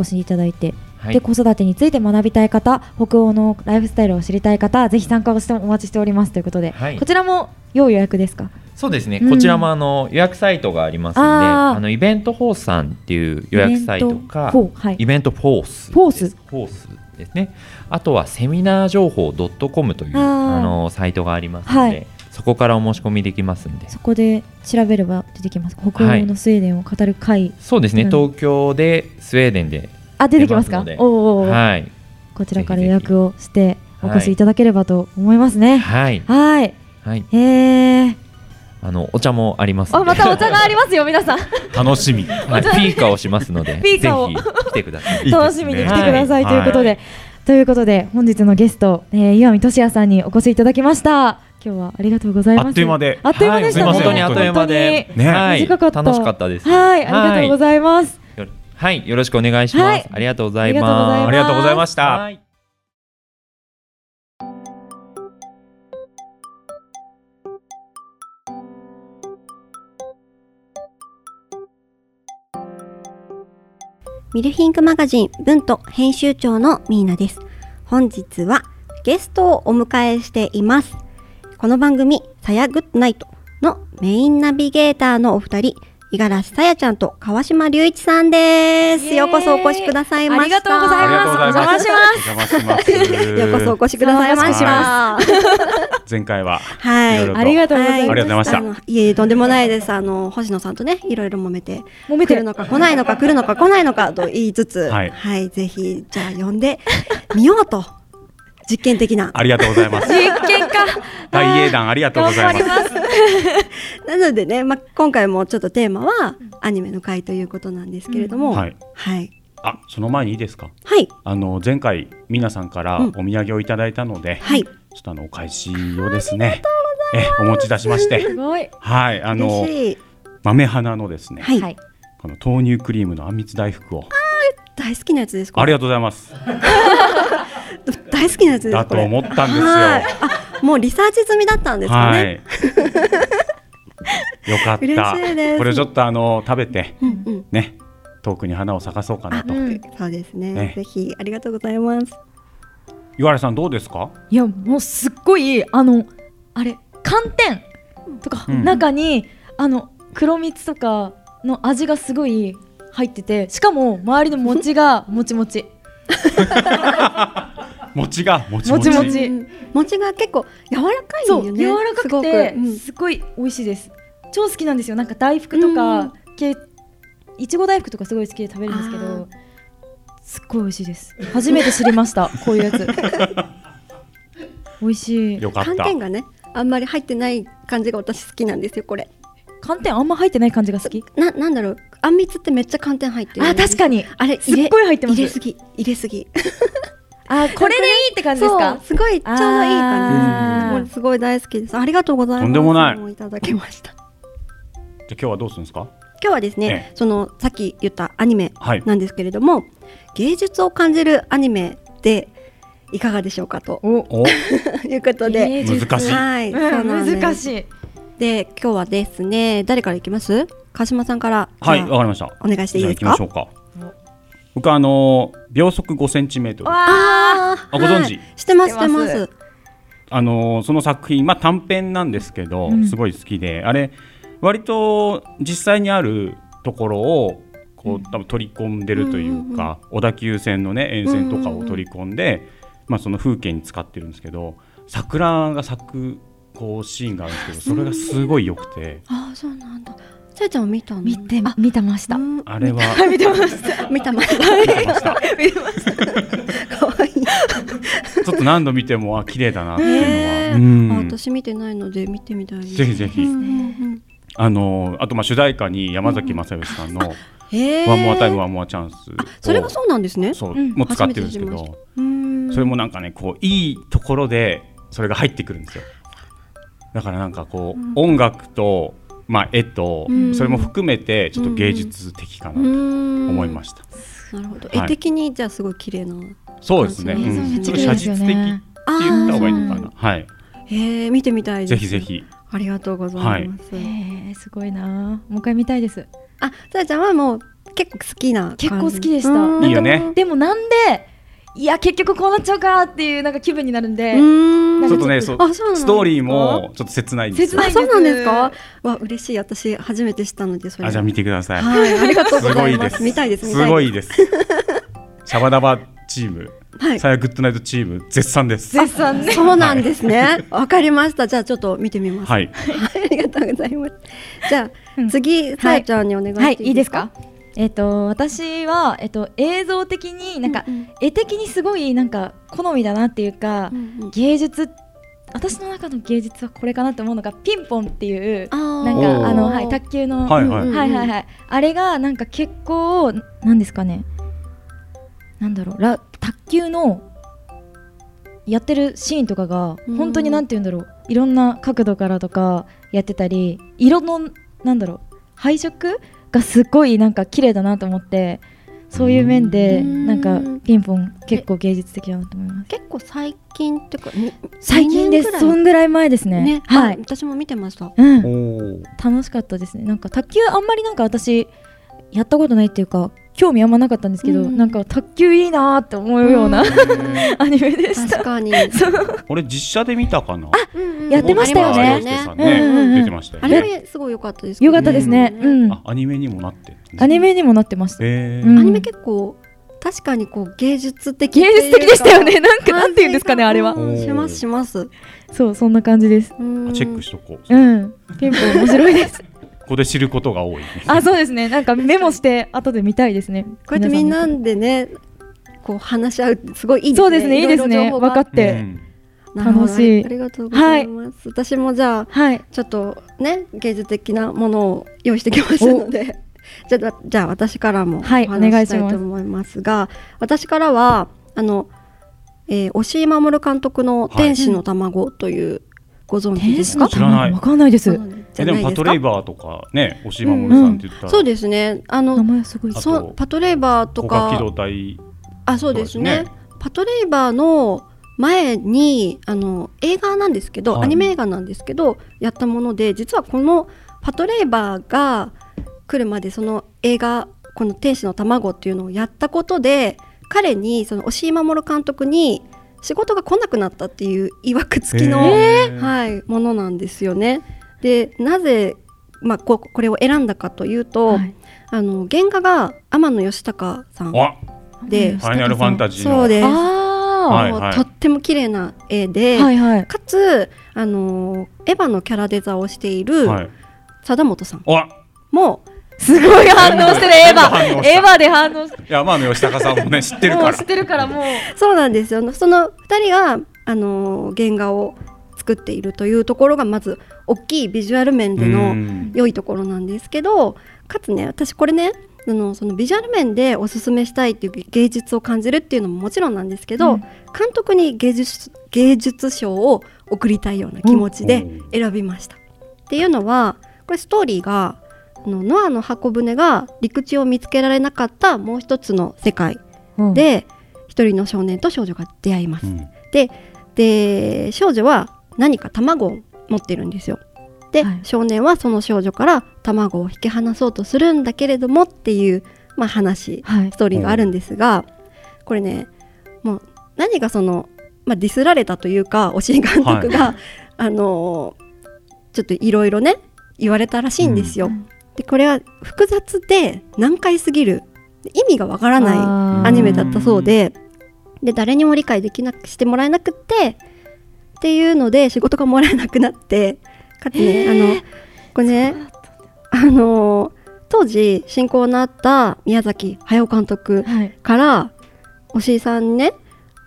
Speaker 2: 越しいただいて、で子育てについて学びたい方北欧のライフスタイルを知りたい方ぜひ参加をしてお待ちしておりますということで、
Speaker 3: はい
Speaker 2: こちらも要予約ですか
Speaker 3: そうですね。
Speaker 2: うん
Speaker 3: こちらもあの予約サイトがありますんで、
Speaker 2: あ
Speaker 3: あ
Speaker 2: ー
Speaker 3: のイベントフォースさんっていう予約サイトか、
Speaker 2: フォーはい
Speaker 3: イベントフォース
Speaker 2: フォース
Speaker 3: ですフォースですね。あとはセミナー情報 .com という
Speaker 2: あー
Speaker 3: あのサイトがありますので、
Speaker 2: はい
Speaker 3: そこからお申し込みできますんで。
Speaker 2: そこで調べれば出てきますか北
Speaker 3: は
Speaker 2: 欧
Speaker 3: い
Speaker 2: のスウェーデンを語る会、
Speaker 3: そうですね。
Speaker 2: うん
Speaker 3: 東京でスウェーデンで、
Speaker 2: あ出てきますか
Speaker 3: 出ますので
Speaker 2: おうおうおう
Speaker 3: はい
Speaker 2: こちらから
Speaker 3: ぜひぜひ
Speaker 2: 予約をしてお越しいただければと思いますね
Speaker 3: はい
Speaker 2: はい
Speaker 3: はい
Speaker 2: えー、
Speaker 3: あのお茶もありますんで。
Speaker 2: あまたお茶があります よ皆さん
Speaker 1: 楽しみ。
Speaker 3: はいピーカーをしますの で、
Speaker 2: ピ
Speaker 3: ぜ
Speaker 2: ー
Speaker 3: ひ
Speaker 2: カーを
Speaker 3: 来てください。
Speaker 1: いいですね
Speaker 2: 楽しみに来てください
Speaker 1: は
Speaker 2: と
Speaker 1: い
Speaker 2: いうことで、
Speaker 3: はい
Speaker 2: ということで本日のゲスト、えー、岩見俊也さんにお越しいただきました今日はありがとうございます
Speaker 1: あっという間で
Speaker 2: あっという間でしたね、
Speaker 1: はい
Speaker 3: 本
Speaker 1: すいま
Speaker 3: 当
Speaker 1: せ
Speaker 3: に
Speaker 1: ん
Speaker 3: あっという間で、
Speaker 1: 本当にね
Speaker 3: はい
Speaker 2: 短かった
Speaker 3: 楽しかったです。
Speaker 2: はいありがとうございます、
Speaker 3: よはい、よろしくお願いします。
Speaker 2: はい
Speaker 3: ありがとうございます。
Speaker 1: ありがとうございました。
Speaker 3: はい
Speaker 4: ミルフィンクマガジン文と編集長のミーナです。本日はゲストをお迎えしています。この番組、さやグッドナイトのメインナビゲーターのお二人、五十嵐さやちゃんと川島隆一さんです。
Speaker 2: イエーイ
Speaker 4: ようこそお越しくださいまし
Speaker 2: ありが
Speaker 4: た。
Speaker 2: とうござ
Speaker 1: ありがとうございます。お邪魔します。
Speaker 4: ようこそお越しくださいました。
Speaker 1: 前回は
Speaker 4: はい
Speaker 1: ろい
Speaker 4: い
Speaker 1: ろ。と
Speaker 2: ありがとうございま
Speaker 1: あ
Speaker 2: す、
Speaker 1: りがとうございました
Speaker 4: あのいえいえ、とんでもないです。あの、星野さんとね、いろいろ揉めて、
Speaker 2: 揉めて
Speaker 4: 来るのか来ないのか来るのか来ないのかと言いつつ、
Speaker 1: は
Speaker 4: はいい、ぜひ、じゃあ呼んでみようと、 実験的な。
Speaker 1: ありがとうございます。
Speaker 2: 実験か
Speaker 1: 大英断ありがとうご
Speaker 2: 頑
Speaker 1: ざ
Speaker 2: 張
Speaker 1: いま
Speaker 2: り
Speaker 1: す。
Speaker 2: ます
Speaker 4: なのでね、まあ、今回もちょっとテーマは、アニメの回ということなんですけれども、
Speaker 1: うんは
Speaker 4: はいい。はい。
Speaker 1: あ、その前にいいですか。
Speaker 4: はい。
Speaker 1: あの前回皆さんから
Speaker 4: うん
Speaker 1: お土産をいただいたので、
Speaker 4: はい
Speaker 1: ちょっとあのお返しをですね、えお持ち出しまして、
Speaker 2: すごい
Speaker 1: はい、あの
Speaker 4: 嬉しい。
Speaker 1: 豆花のですね、
Speaker 4: はい。
Speaker 2: はい
Speaker 1: この豆乳クリームのあんみつ大福を
Speaker 4: 大好きなやつです、
Speaker 1: あり
Speaker 4: が
Speaker 1: がとうございます。
Speaker 4: 大好きなやつです、
Speaker 1: だと思ったんですよ。
Speaker 4: はい。あ、もうリサーチ済みだったんですか
Speaker 1: は
Speaker 4: ね。
Speaker 1: い。よかっ
Speaker 4: 嬉しいで
Speaker 1: た。
Speaker 4: す
Speaker 1: これちょっとあの食べて
Speaker 4: うんうん。
Speaker 1: ね、遠くに花を咲かそうかなと。
Speaker 2: うん
Speaker 4: そうです
Speaker 1: ね
Speaker 4: ねぜひ、ありがとうございます。
Speaker 1: 岩原さんどうですか？
Speaker 2: いやもうすっごいあのあれ寒天とか、
Speaker 1: うん
Speaker 2: 中にあの黒蜜とかの味がすごい入っててしかも周りの餅がもちもち
Speaker 1: 餅がもちも
Speaker 2: もち
Speaker 1: ち。
Speaker 2: もち
Speaker 4: うん餅が結構柔らかい
Speaker 2: そう
Speaker 4: よね。
Speaker 2: 柔らかくてすごい美味しいです超好きなんですよなんか大福と
Speaker 4: う
Speaker 2: か
Speaker 4: ん
Speaker 2: けいちご大福とかすごい好きで食べるんですけ
Speaker 4: あ
Speaker 2: ど
Speaker 4: ー
Speaker 2: すっごい美味しいです初めて知りましたこういうやつ美味しい
Speaker 1: よかっ
Speaker 4: 寒
Speaker 1: た。
Speaker 4: 天がね、あんまり入ってない感じが私好きなんですよ。これ。
Speaker 2: 寒天あんま入ってない感じが好き
Speaker 4: な、なんだろう。あんみつってめっちゃ寒天入ってる。
Speaker 2: あ確か
Speaker 4: に。
Speaker 2: に
Speaker 4: あれ、
Speaker 2: す
Speaker 4: 入れ
Speaker 2: っごい入ってま
Speaker 4: 入れ
Speaker 2: す
Speaker 4: すぎ、入れすぎ。
Speaker 2: あこれでいいって感じですか
Speaker 4: そうすごいちょうどいい
Speaker 1: あ
Speaker 4: 感
Speaker 1: ー
Speaker 4: じです。もうすごい大好きです。ありがとうございます。
Speaker 1: とんでもない
Speaker 4: もういただきました。
Speaker 1: じゃあ今日はどうするんですか？
Speaker 4: 今日はです
Speaker 1: え
Speaker 4: ね、そのさっき言ったアニメ
Speaker 1: はい。
Speaker 4: なんですけれども、芸術を感じるアニメでいかがでしょうかと
Speaker 1: お、
Speaker 4: いうことで、
Speaker 2: 芸術
Speaker 1: 難しい
Speaker 4: はい、そう
Speaker 2: う
Speaker 4: なんです
Speaker 2: ん、難しい
Speaker 4: で今日はですね誰から行きます鹿島さんから
Speaker 1: はい、
Speaker 4: じゃあ
Speaker 1: わかりました。
Speaker 4: お願いしていい
Speaker 1: じゃあ行
Speaker 4: です
Speaker 1: きま
Speaker 4: か
Speaker 1: しょうか。僕はあの秒速5センチメートル。
Speaker 2: わあ
Speaker 4: あ
Speaker 1: あご存知
Speaker 4: はいしてます
Speaker 2: 知
Speaker 4: し
Speaker 2: っててま
Speaker 4: ますす
Speaker 1: あのその作品、まあ、短編なんですけど、
Speaker 2: うん
Speaker 1: すごい好きであれ割と実際にあるところをこう、多分取り込んでるというか、小田急線の、ね、沿線とかを取り込んで、まあ、その風景に使ってるんですけど桜が咲くこうシーンがあるんですけどそれがすごい良くて
Speaker 4: ああそうなんださやちゃんは見たの
Speaker 2: 見て
Speaker 4: あ
Speaker 2: 見てました
Speaker 4: う。ん
Speaker 1: あれは
Speaker 2: 見てました。
Speaker 4: 見たま
Speaker 2: 見てまし
Speaker 4: かわいい
Speaker 1: ちょっと何度見てもあ綺麗だなっていうのは、
Speaker 4: ねえあ
Speaker 1: うん、
Speaker 4: 私見てないので見てみたいです
Speaker 1: ぜひぜひ
Speaker 4: うんうん
Speaker 1: あのあとまあ主題歌に山崎まさよしさんの
Speaker 4: うんへ
Speaker 1: 「
Speaker 4: ー
Speaker 1: ワンモアタイムワンモアチャンスを
Speaker 4: あ」それがそうなんですね
Speaker 1: そう、
Speaker 4: うん
Speaker 1: もう使ってるんですけ
Speaker 4: 初めて知り
Speaker 1: ど
Speaker 4: うーん
Speaker 1: それもなんかねこういいところでそれが入ってくるんですよだからなんかこう、
Speaker 4: うん
Speaker 1: 音楽と、まあ、絵と、
Speaker 4: うん
Speaker 1: それも含めてちょっと芸術的かなと思
Speaker 4: 思
Speaker 1: いました、
Speaker 4: すなるほど
Speaker 1: はい
Speaker 4: 絵的にじゃあすごい綺麗な
Speaker 1: そうですね、
Speaker 4: そう
Speaker 1: う
Speaker 4: ですね
Speaker 1: ん、ちょっと
Speaker 4: そう
Speaker 1: 写
Speaker 4: で
Speaker 1: 実的って言った方がいいのかなはい
Speaker 4: えー見てみたいです
Speaker 1: ぜひぜひ
Speaker 4: ありがとうございます
Speaker 2: えー、すごいなー。もう一回見たいです。
Speaker 4: あさやちゃんはもう結構好きな感じ
Speaker 2: 結構好きでした
Speaker 4: うん
Speaker 1: いいよね
Speaker 2: でもなんでいや結局こうなっちゃうかっていうなんか気分になるんで。
Speaker 4: うん
Speaker 1: ちょっとねそう
Speaker 4: あそうなんです
Speaker 1: ス
Speaker 4: か
Speaker 1: トーリーもちょっと切ないんです
Speaker 2: 切
Speaker 1: よ
Speaker 2: な
Speaker 4: あ
Speaker 2: いんです。
Speaker 4: そうなんですか。わ嬉しい私初めて知ったのでそれ
Speaker 1: あじゃあ見てください、
Speaker 4: はいありがとうご
Speaker 1: すご
Speaker 4: ざい
Speaker 1: い
Speaker 4: ま
Speaker 1: ですす
Speaker 4: 見たいです見たいです
Speaker 1: ごいですシャバダバチーム
Speaker 4: はい
Speaker 1: さやグッドナイトチーム絶賛です
Speaker 2: 絶賛ね。
Speaker 4: そうなんですね。わ、かりました。じゃあちょっと見てみます。
Speaker 1: はい
Speaker 4: はいありがとうございます。じゃ
Speaker 2: う
Speaker 4: あ
Speaker 2: ん
Speaker 4: 次さやちゃんにお願いして
Speaker 2: はい、いいですか。えっ、と私はえっ、と映像的になんか、
Speaker 4: うんうん
Speaker 2: 絵的にすごいなんか好みだなっていうか、
Speaker 4: うんうん
Speaker 2: 芸術私の中の芸術はこれかなって思うのがピンポンっていう
Speaker 4: あー
Speaker 2: なん
Speaker 1: お
Speaker 2: か
Speaker 1: ー
Speaker 2: あのはい卓球の、
Speaker 1: はい
Speaker 4: うんうん
Speaker 2: はいはいはいあれがなんか結構なんですかねなんだろうら卓球のやってるシーンとかが
Speaker 4: うん
Speaker 2: 本当になんて言うんだろういろんな角度からとかやってたり色のなんだろう配色がすっごいなんか綺麗だなと思ってそういう面で
Speaker 4: うん
Speaker 2: なんかピンポン結構芸術的だなと思います
Speaker 4: 結構最近っていうかに
Speaker 2: 最近で
Speaker 4: 二
Speaker 2: す
Speaker 4: 年
Speaker 2: そ
Speaker 4: ぐらい
Speaker 2: んぐらい前ですね
Speaker 4: ね、は、
Speaker 2: はいい
Speaker 4: 私も見てました。
Speaker 2: うん
Speaker 1: おお
Speaker 2: 楽しかったですねなんか卓球あんまりなんか私やったことないっていうか興味あんまなかったんですけど、
Speaker 4: うん
Speaker 2: なんか卓球いいなーって思うような、
Speaker 4: うん
Speaker 2: アニメでした
Speaker 4: 確かに。
Speaker 2: そう
Speaker 1: 俺実写で見たかな
Speaker 4: うんうん
Speaker 2: やってましたよね
Speaker 1: ありましたよね
Speaker 2: うんうんうん
Speaker 1: 出てましたよ
Speaker 4: あ
Speaker 1: ね
Speaker 4: れもすごい良かったですけど
Speaker 2: よかったですね
Speaker 4: う
Speaker 2: うんん、
Speaker 1: あアニメにもなってるんですね
Speaker 2: アニメにもなってました
Speaker 1: え
Speaker 2: う
Speaker 1: ー
Speaker 2: ん
Speaker 4: アニメ結構確かにこう芸術的っ
Speaker 2: 芸
Speaker 4: ていう
Speaker 2: 術
Speaker 4: か
Speaker 2: 的でしたよね なんかなんて言うんですかねあれは
Speaker 4: うんしますします。
Speaker 2: そうそんな感じです
Speaker 1: あチェック
Speaker 4: し
Speaker 1: しとこう
Speaker 2: う
Speaker 1: こ
Speaker 2: んピンポン面白いです
Speaker 1: こで知ることが多いね
Speaker 2: あそうですねなんかメモして後で見たいですね
Speaker 4: こうやってみんな
Speaker 2: 皆さ
Speaker 4: でね、こう話し合うってすごいいいですね。
Speaker 2: そうですねいいです
Speaker 4: ろ
Speaker 2: ね
Speaker 4: ろ情報
Speaker 2: 分
Speaker 4: が
Speaker 2: かって、
Speaker 1: うん
Speaker 4: なるほど
Speaker 2: 楽しい
Speaker 4: ありがとうございます。私もじゃあ
Speaker 2: はい
Speaker 4: ちょっとね芸術的なものを用意してきましたので、 じゃあじゃあ私からもお
Speaker 2: は
Speaker 4: 話
Speaker 2: い
Speaker 4: しした
Speaker 2: お願
Speaker 4: い
Speaker 2: いします
Speaker 4: と思いますが、私からはあの、えー、押井守監督の
Speaker 1: はい
Speaker 4: 天使の卵という、ご存知ですか？
Speaker 1: 知らない
Speaker 2: わかんないです
Speaker 4: そうなんです
Speaker 1: え
Speaker 4: じゃ
Speaker 1: で
Speaker 4: ない
Speaker 1: も
Speaker 4: で
Speaker 1: パト
Speaker 4: すか
Speaker 1: レイバーとかね押井守さんって言ったら
Speaker 4: そうですね。あ
Speaker 2: 名
Speaker 4: の
Speaker 2: 前すごい
Speaker 1: あと
Speaker 4: そうパトレイバーと
Speaker 1: 高架機
Speaker 4: か
Speaker 1: 動隊
Speaker 4: あそうです
Speaker 1: そ
Speaker 4: ね
Speaker 1: うです
Speaker 4: パトレイバーの前にあの映画なんですけど、
Speaker 1: はい
Speaker 4: アニメ映画なんですけどやったもので実はこのパトレイバーが来るまでその映画この「天使の卵」っていうのをやったことで彼にその押井守監督に仕事が来なくなったっていういわくつきの、
Speaker 1: へー
Speaker 4: はい、ものなんですよね。でなぜ、まあ、ここれを選んだかというと、
Speaker 2: はい
Speaker 4: あの原画が天野義隆さん
Speaker 1: あ
Speaker 4: で
Speaker 1: ファイナルファンタジーの
Speaker 4: そうです。
Speaker 2: あ
Speaker 1: はい
Speaker 4: もうとっても綺麗な絵
Speaker 2: ー
Speaker 4: で、
Speaker 2: はいはい
Speaker 4: かつあのエヴァのキャラデザをしている
Speaker 1: はい
Speaker 4: 貞本さん
Speaker 1: あ
Speaker 4: も、
Speaker 2: すごい反応してるエ
Speaker 1: 全
Speaker 2: ヴ
Speaker 1: 部反応し
Speaker 2: ァ
Speaker 1: た
Speaker 2: エヴァで反応して
Speaker 1: 山野義高さんもね知ってる
Speaker 2: も
Speaker 1: か
Speaker 2: う
Speaker 1: ら
Speaker 2: 知ってるからもう
Speaker 4: そうなんですよ。その二人があの原画を作っているというところがまず大きいビジュアル面で
Speaker 1: う
Speaker 4: の
Speaker 1: ん
Speaker 4: 良いところなんですけど、かつね私これね。あのそのビジュアル面でおすすめしたいっていう芸術を感じるっていうのももちろんなんですけど、
Speaker 2: うん
Speaker 4: 監督に芸術芸術賞を贈りたいような気持ちで
Speaker 1: うん
Speaker 4: 選びました。っていうのはこれストーリーがあのノアの箱舟が陸地を見つけられなかったもう一つの世界で一人の少年と少女が出会います。
Speaker 1: うん
Speaker 4: で少女は何か卵を持ってるんですよ。で、
Speaker 2: はい
Speaker 4: 少年はその少女から卵を引き離そうとするんだけれどもっていう、まあ、話
Speaker 2: はい
Speaker 4: ストーリーがあるんですが、これねもう何がその、まあ、ディスられたというか押井監督が、あのーちょっといろいろね言われたらしいんですよ。
Speaker 2: うん
Speaker 4: でこれは複雑で難解すぎる意味がわからない
Speaker 1: ー
Speaker 4: アニメだったそうでで誰にも理解できなくしてもらえなくってっていうので仕事がもらえなくなってかつねあのこれねあのー当時親交のあった宮崎駿監督
Speaker 2: はい。
Speaker 4: から押井さんにね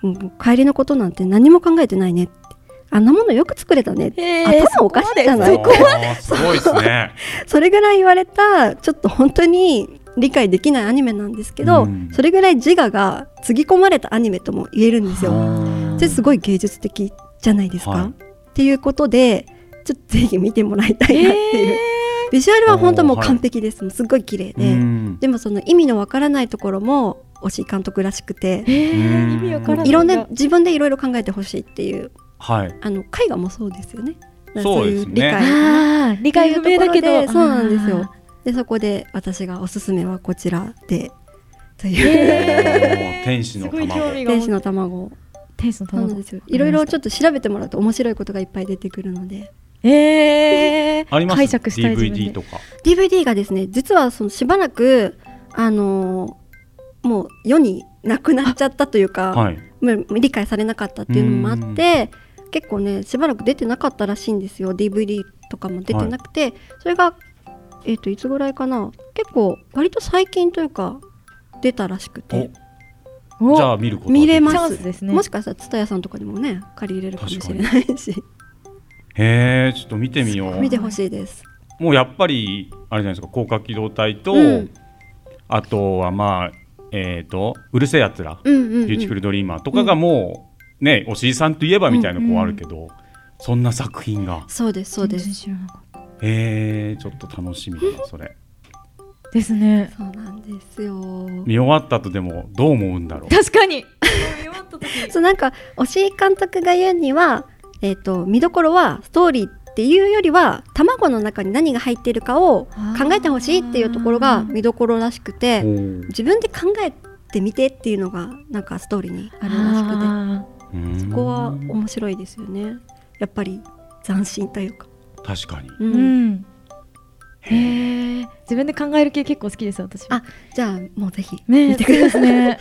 Speaker 4: うん「帰りのことなんて何も考えてないね」って「あんなものよく作れたね」って
Speaker 2: え
Speaker 4: 頭おかしいじゃ ない
Speaker 1: そこまですごいですね。
Speaker 4: それぐらい言われたちょっと本当に理解できないアニメなんですけど、
Speaker 1: うん
Speaker 4: それぐらい自我がつぎ込まれたアニメとも言えるんですよ。
Speaker 1: は
Speaker 4: それすごい芸術的じゃないですか。
Speaker 1: はい
Speaker 4: っていうことでちょっとぜひ見てもらいたいなっていう、ビジュアルは本当もう完璧です、もうすっごい綺麗
Speaker 1: う
Speaker 4: で、
Speaker 1: ん
Speaker 4: でもその意味のわからないところも押井監督らしくて、
Speaker 2: え
Speaker 1: うん
Speaker 2: ー、意味わからない。
Speaker 4: いろんな自分でいろいろ考えてほしいっていう
Speaker 1: はい。
Speaker 4: あの絵画もそうですよね。
Speaker 1: そうですね
Speaker 4: い理解
Speaker 2: あー理
Speaker 4: 理解
Speaker 2: 解不
Speaker 4: 不明
Speaker 2: 明
Speaker 4: だ
Speaker 2: だ
Speaker 4: け
Speaker 2: け
Speaker 4: ど
Speaker 2: ど。
Speaker 4: そうなんですよ
Speaker 2: あ
Speaker 4: でそこで私がおすすめはこちらでと
Speaker 2: ー。
Speaker 4: いう、
Speaker 1: も
Speaker 2: え
Speaker 1: う天使
Speaker 2: ー、す
Speaker 1: の
Speaker 2: ごい興
Speaker 1: 卵。
Speaker 2: 味が
Speaker 4: 天
Speaker 2: 持
Speaker 4: 使
Speaker 2: て。
Speaker 4: の卵
Speaker 2: 天使の
Speaker 4: そうな
Speaker 2: 卵
Speaker 4: んですよいろいろちょっと調べてもらうと面白いことがいっぱい出てくるので
Speaker 2: えー、
Speaker 1: あります。
Speaker 2: 解釈したい自分で
Speaker 1: DVD とか。
Speaker 4: DVD がですね実はそのしばらくあのーもう世になくなっちゃったというか、
Speaker 1: はい。
Speaker 4: もう理解されなかったっていうのもあって結構ねしばらく出てなかったらしいんですよ DVD とかも出てなくて、それが、えー、といつぐらいかな結構割と最近というか出たらしくて、
Speaker 1: おじ
Speaker 2: お
Speaker 1: ゃあ見ること
Speaker 4: 見れま
Speaker 2: チ
Speaker 4: す
Speaker 2: ャンスですね。
Speaker 4: もしかしたら蔦屋さんとかにもね借りれるかもしれないし
Speaker 1: へえ、ちょっと見てみよう。
Speaker 4: 見てほしいです。
Speaker 1: もうやっぱりあれじゃないですか高架機動隊と、
Speaker 4: うん
Speaker 1: あとはまあえっ、とうるせえやつら、
Speaker 4: うんうんうん
Speaker 1: ビューティフルドリーマーとかがもう、ねおしいさんといえばみたいな
Speaker 2: うんう
Speaker 1: 子
Speaker 2: ん
Speaker 1: あるけど、そんな作品が
Speaker 4: そうですそうです。
Speaker 2: す。
Speaker 1: えー、ちょっと楽しみだなそれ
Speaker 2: ですね。
Speaker 4: そうなんですよ。
Speaker 1: 見終わった後でもどう思うんだろう
Speaker 2: 確かに。
Speaker 4: そうなんか押井監督が言うには、えー、と見どころはストーリーっていうよりは卵の中に何が入っているかを考えてほしいっていうところが見どころらしくて自分で考えてみてっていうのがなんかストーリーにあるらしくてそこは
Speaker 1: うん
Speaker 4: 面白いですよねやっぱり斬新というか、
Speaker 1: 確かに
Speaker 4: う
Speaker 2: うんん。へえー、自分で考える系結構好きです私。
Speaker 4: あじゃあもうぜひ
Speaker 2: ね、
Speaker 4: 見てくだ
Speaker 2: そう ですね。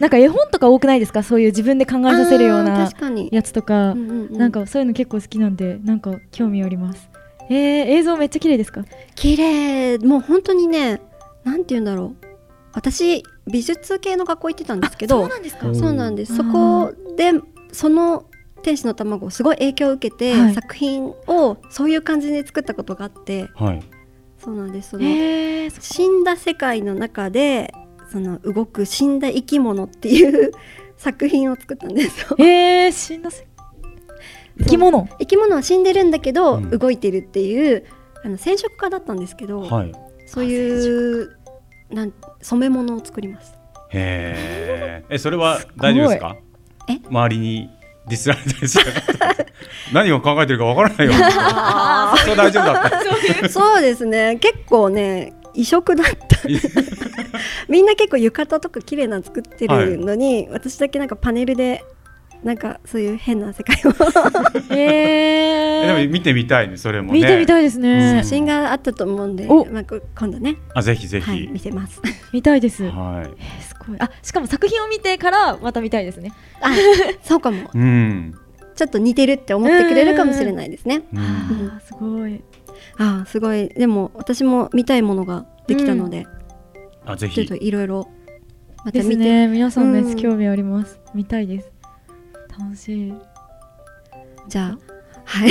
Speaker 2: なんか絵本とか多くないですか？そういう自分で考えさせるよう
Speaker 4: あー
Speaker 2: な
Speaker 4: 確かに、
Speaker 2: やつとか、
Speaker 4: うんうんうん
Speaker 2: なんかそういうの結構好きなんで、なんか興味あります。えー、映像めっちゃ綺麗ですか？
Speaker 4: 綺麗もう本当にねなんて言うんだろう私美術系の学校行ってたんですけど
Speaker 2: んです
Speaker 1: うん
Speaker 4: そうなんです。
Speaker 2: あ
Speaker 4: そ
Speaker 2: ー
Speaker 4: こでその天使の卵すごい影響を受けて、
Speaker 2: はい
Speaker 4: 作品をそういう感じで作ったことがあって、
Speaker 1: はい
Speaker 4: そうなんです。その、
Speaker 2: えー、そ
Speaker 4: 死んだ世界の中でその動く死んだ生き物っていう 作品を作ったんですよ。
Speaker 2: えー、死んだせ。生き物。
Speaker 4: 生き物は死んでるんだけど、
Speaker 1: うん
Speaker 4: 動いてるっていうあの染色家だったんですけど、
Speaker 1: はい
Speaker 4: そういうなん染め物を作ります。
Speaker 1: へーえそれは大丈夫ですか
Speaker 4: ごいえ
Speaker 1: 周りにディスられたりしなか った何を考えてるかわからないよそう大丈夫だった
Speaker 4: そうですね結構ね異色だった
Speaker 1: い
Speaker 4: みんな結構浴衣とか綺麗なの作ってるのに、私だけなんかパネルでなんかそういう変な世界を
Speaker 2: え
Speaker 1: で
Speaker 2: ー
Speaker 1: も見てみたいねそれもね
Speaker 2: 見てみたいです
Speaker 1: うん
Speaker 2: ね
Speaker 4: 写。真があったと思うんで、
Speaker 2: お
Speaker 4: まあ、こ今度ね、
Speaker 1: あぜひぜひ、は
Speaker 4: は、
Speaker 1: い
Speaker 4: 見
Speaker 1: い、
Speaker 4: せます
Speaker 2: 見たいです。えーすごい。あ、しかも作品を見てからまた見たいですね。
Speaker 4: あそうかも
Speaker 1: うん、
Speaker 4: ちょっと似てるって思ってくれるかもしれないですね
Speaker 1: う
Speaker 2: あ
Speaker 1: ん、
Speaker 2: ーすごい。
Speaker 4: あすごいでも私も見たいものができたので、
Speaker 1: あぜ
Speaker 4: ちょっ
Speaker 1: ひ
Speaker 4: といろいろまた
Speaker 2: で
Speaker 4: 見
Speaker 2: す
Speaker 4: て、
Speaker 2: ね。皆さん
Speaker 4: うん
Speaker 2: ね、興味あります。見たいです。楽しい。
Speaker 4: じゃあはい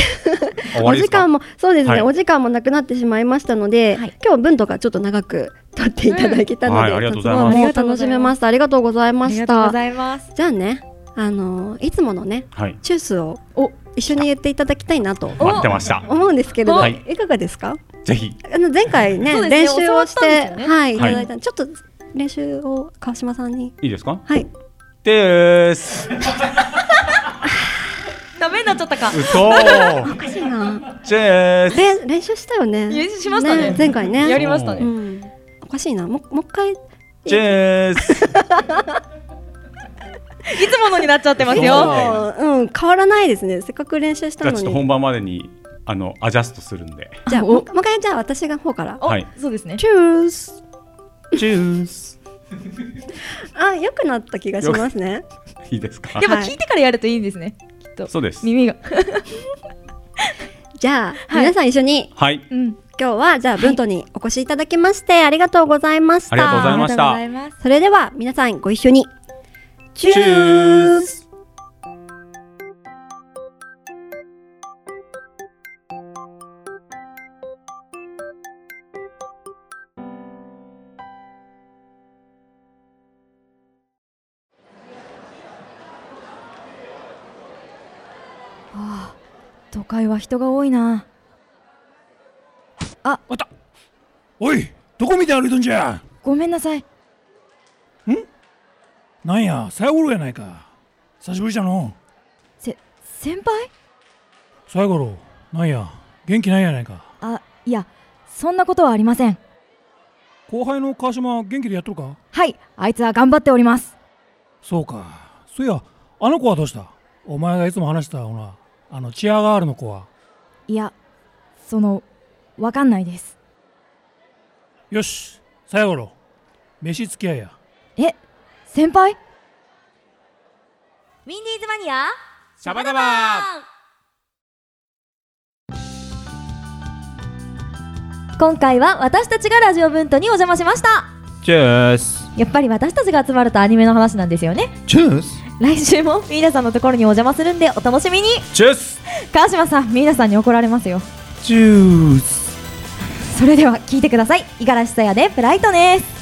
Speaker 1: 終わ
Speaker 4: お
Speaker 1: りで
Speaker 4: 時
Speaker 1: すか
Speaker 4: 間もそうですね、
Speaker 1: はい
Speaker 4: お時間もなくなってしまいましたので、
Speaker 5: はい
Speaker 4: 今日文とかちょっと長く取っていただけたの
Speaker 1: うんは
Speaker 4: で、
Speaker 1: いありがとうござい
Speaker 4: も
Speaker 1: ます
Speaker 4: もう楽しめましたありがとうござい
Speaker 2: あ
Speaker 4: ま
Speaker 2: り
Speaker 4: し
Speaker 2: がとうご
Speaker 4: た
Speaker 2: ざいます。
Speaker 4: じゃあねあのいつものね
Speaker 1: はい
Speaker 4: チュースを
Speaker 2: お
Speaker 4: 一緒に言っていただきたいなと
Speaker 1: 待ってました
Speaker 4: 思うんですけれど、
Speaker 1: はい
Speaker 4: い、かがですか
Speaker 1: ぜひ
Speaker 4: あの前回ね
Speaker 2: そうですね
Speaker 4: 練習をし
Speaker 2: 教わ
Speaker 4: て
Speaker 2: ったんですよね
Speaker 4: はいいただいた、ちょっと練習を川島さんに
Speaker 1: いいですか
Speaker 4: はい
Speaker 1: でーす
Speaker 2: ダメになっちゃったか。
Speaker 1: 嘘
Speaker 4: おかしいな
Speaker 1: チェース
Speaker 4: れん練習したよね
Speaker 2: 練習しましたね
Speaker 4: 前回ね
Speaker 2: やりました
Speaker 4: う
Speaker 2: ね。
Speaker 4: ん、おかしいなもうもう一回
Speaker 1: チェース
Speaker 2: いつものになっちゃってます
Speaker 1: そう
Speaker 2: よ。
Speaker 4: そううん、変わらないですね。せっかく練習した
Speaker 1: じゃあ
Speaker 4: の
Speaker 1: ちょっと
Speaker 4: に
Speaker 1: 本。番までにあのアジャストするんで
Speaker 4: じゃあ、
Speaker 2: お
Speaker 4: もうもう一回、じゃあ、私が方から。
Speaker 2: お
Speaker 1: はい、
Speaker 2: そうですね。
Speaker 4: チュース。
Speaker 1: チュース
Speaker 4: あ、良くなった気がしますね。
Speaker 1: いいですか
Speaker 2: やっぱ聞いてからやるといいんですね。きっと
Speaker 1: そうです
Speaker 2: 耳が。
Speaker 4: じゃあ、
Speaker 2: い
Speaker 4: 皆さん一緒に
Speaker 1: はい
Speaker 2: うん。
Speaker 4: 今日はじゃあ文ンにお越しいただきましてありがとうございました
Speaker 1: ありがとうございました
Speaker 5: ありがとうございます。
Speaker 4: それでは皆さんご一緒にチ
Speaker 1: チュース
Speaker 2: 都会は人が多いな
Speaker 6: おいどこ見て歩いとんじゃ
Speaker 2: ごめんなさい
Speaker 6: なんや最後やないか久しぶりじゃの
Speaker 2: せ先輩
Speaker 6: 最後ろなんや元気ないやないか
Speaker 2: あいやそんなことはありません
Speaker 6: 後輩の川島元気でやっとるか
Speaker 2: はいあいつは頑張っております
Speaker 6: そうかそういやあの子はどうしたお前がいつも話してたほらあのチアガールの子はい
Speaker 2: やそのわかんないです
Speaker 6: よし最後ろ飯付き合いや
Speaker 2: 先輩
Speaker 5: ウィンディーズマニア
Speaker 1: シャバダバ
Speaker 5: 今回は私たちがラジオブントにお邪魔しました
Speaker 1: チュース
Speaker 5: やっぱり私たちが集まるとアニメの話なんですよね
Speaker 7: チュース
Speaker 5: 来週もミーナさんのところにお邪魔するんでお楽しみに
Speaker 1: チュース
Speaker 2: 川島さんミーナさんに怒られますよ
Speaker 7: チュース
Speaker 2: それでは聞いてください五十嵐さやでブライトです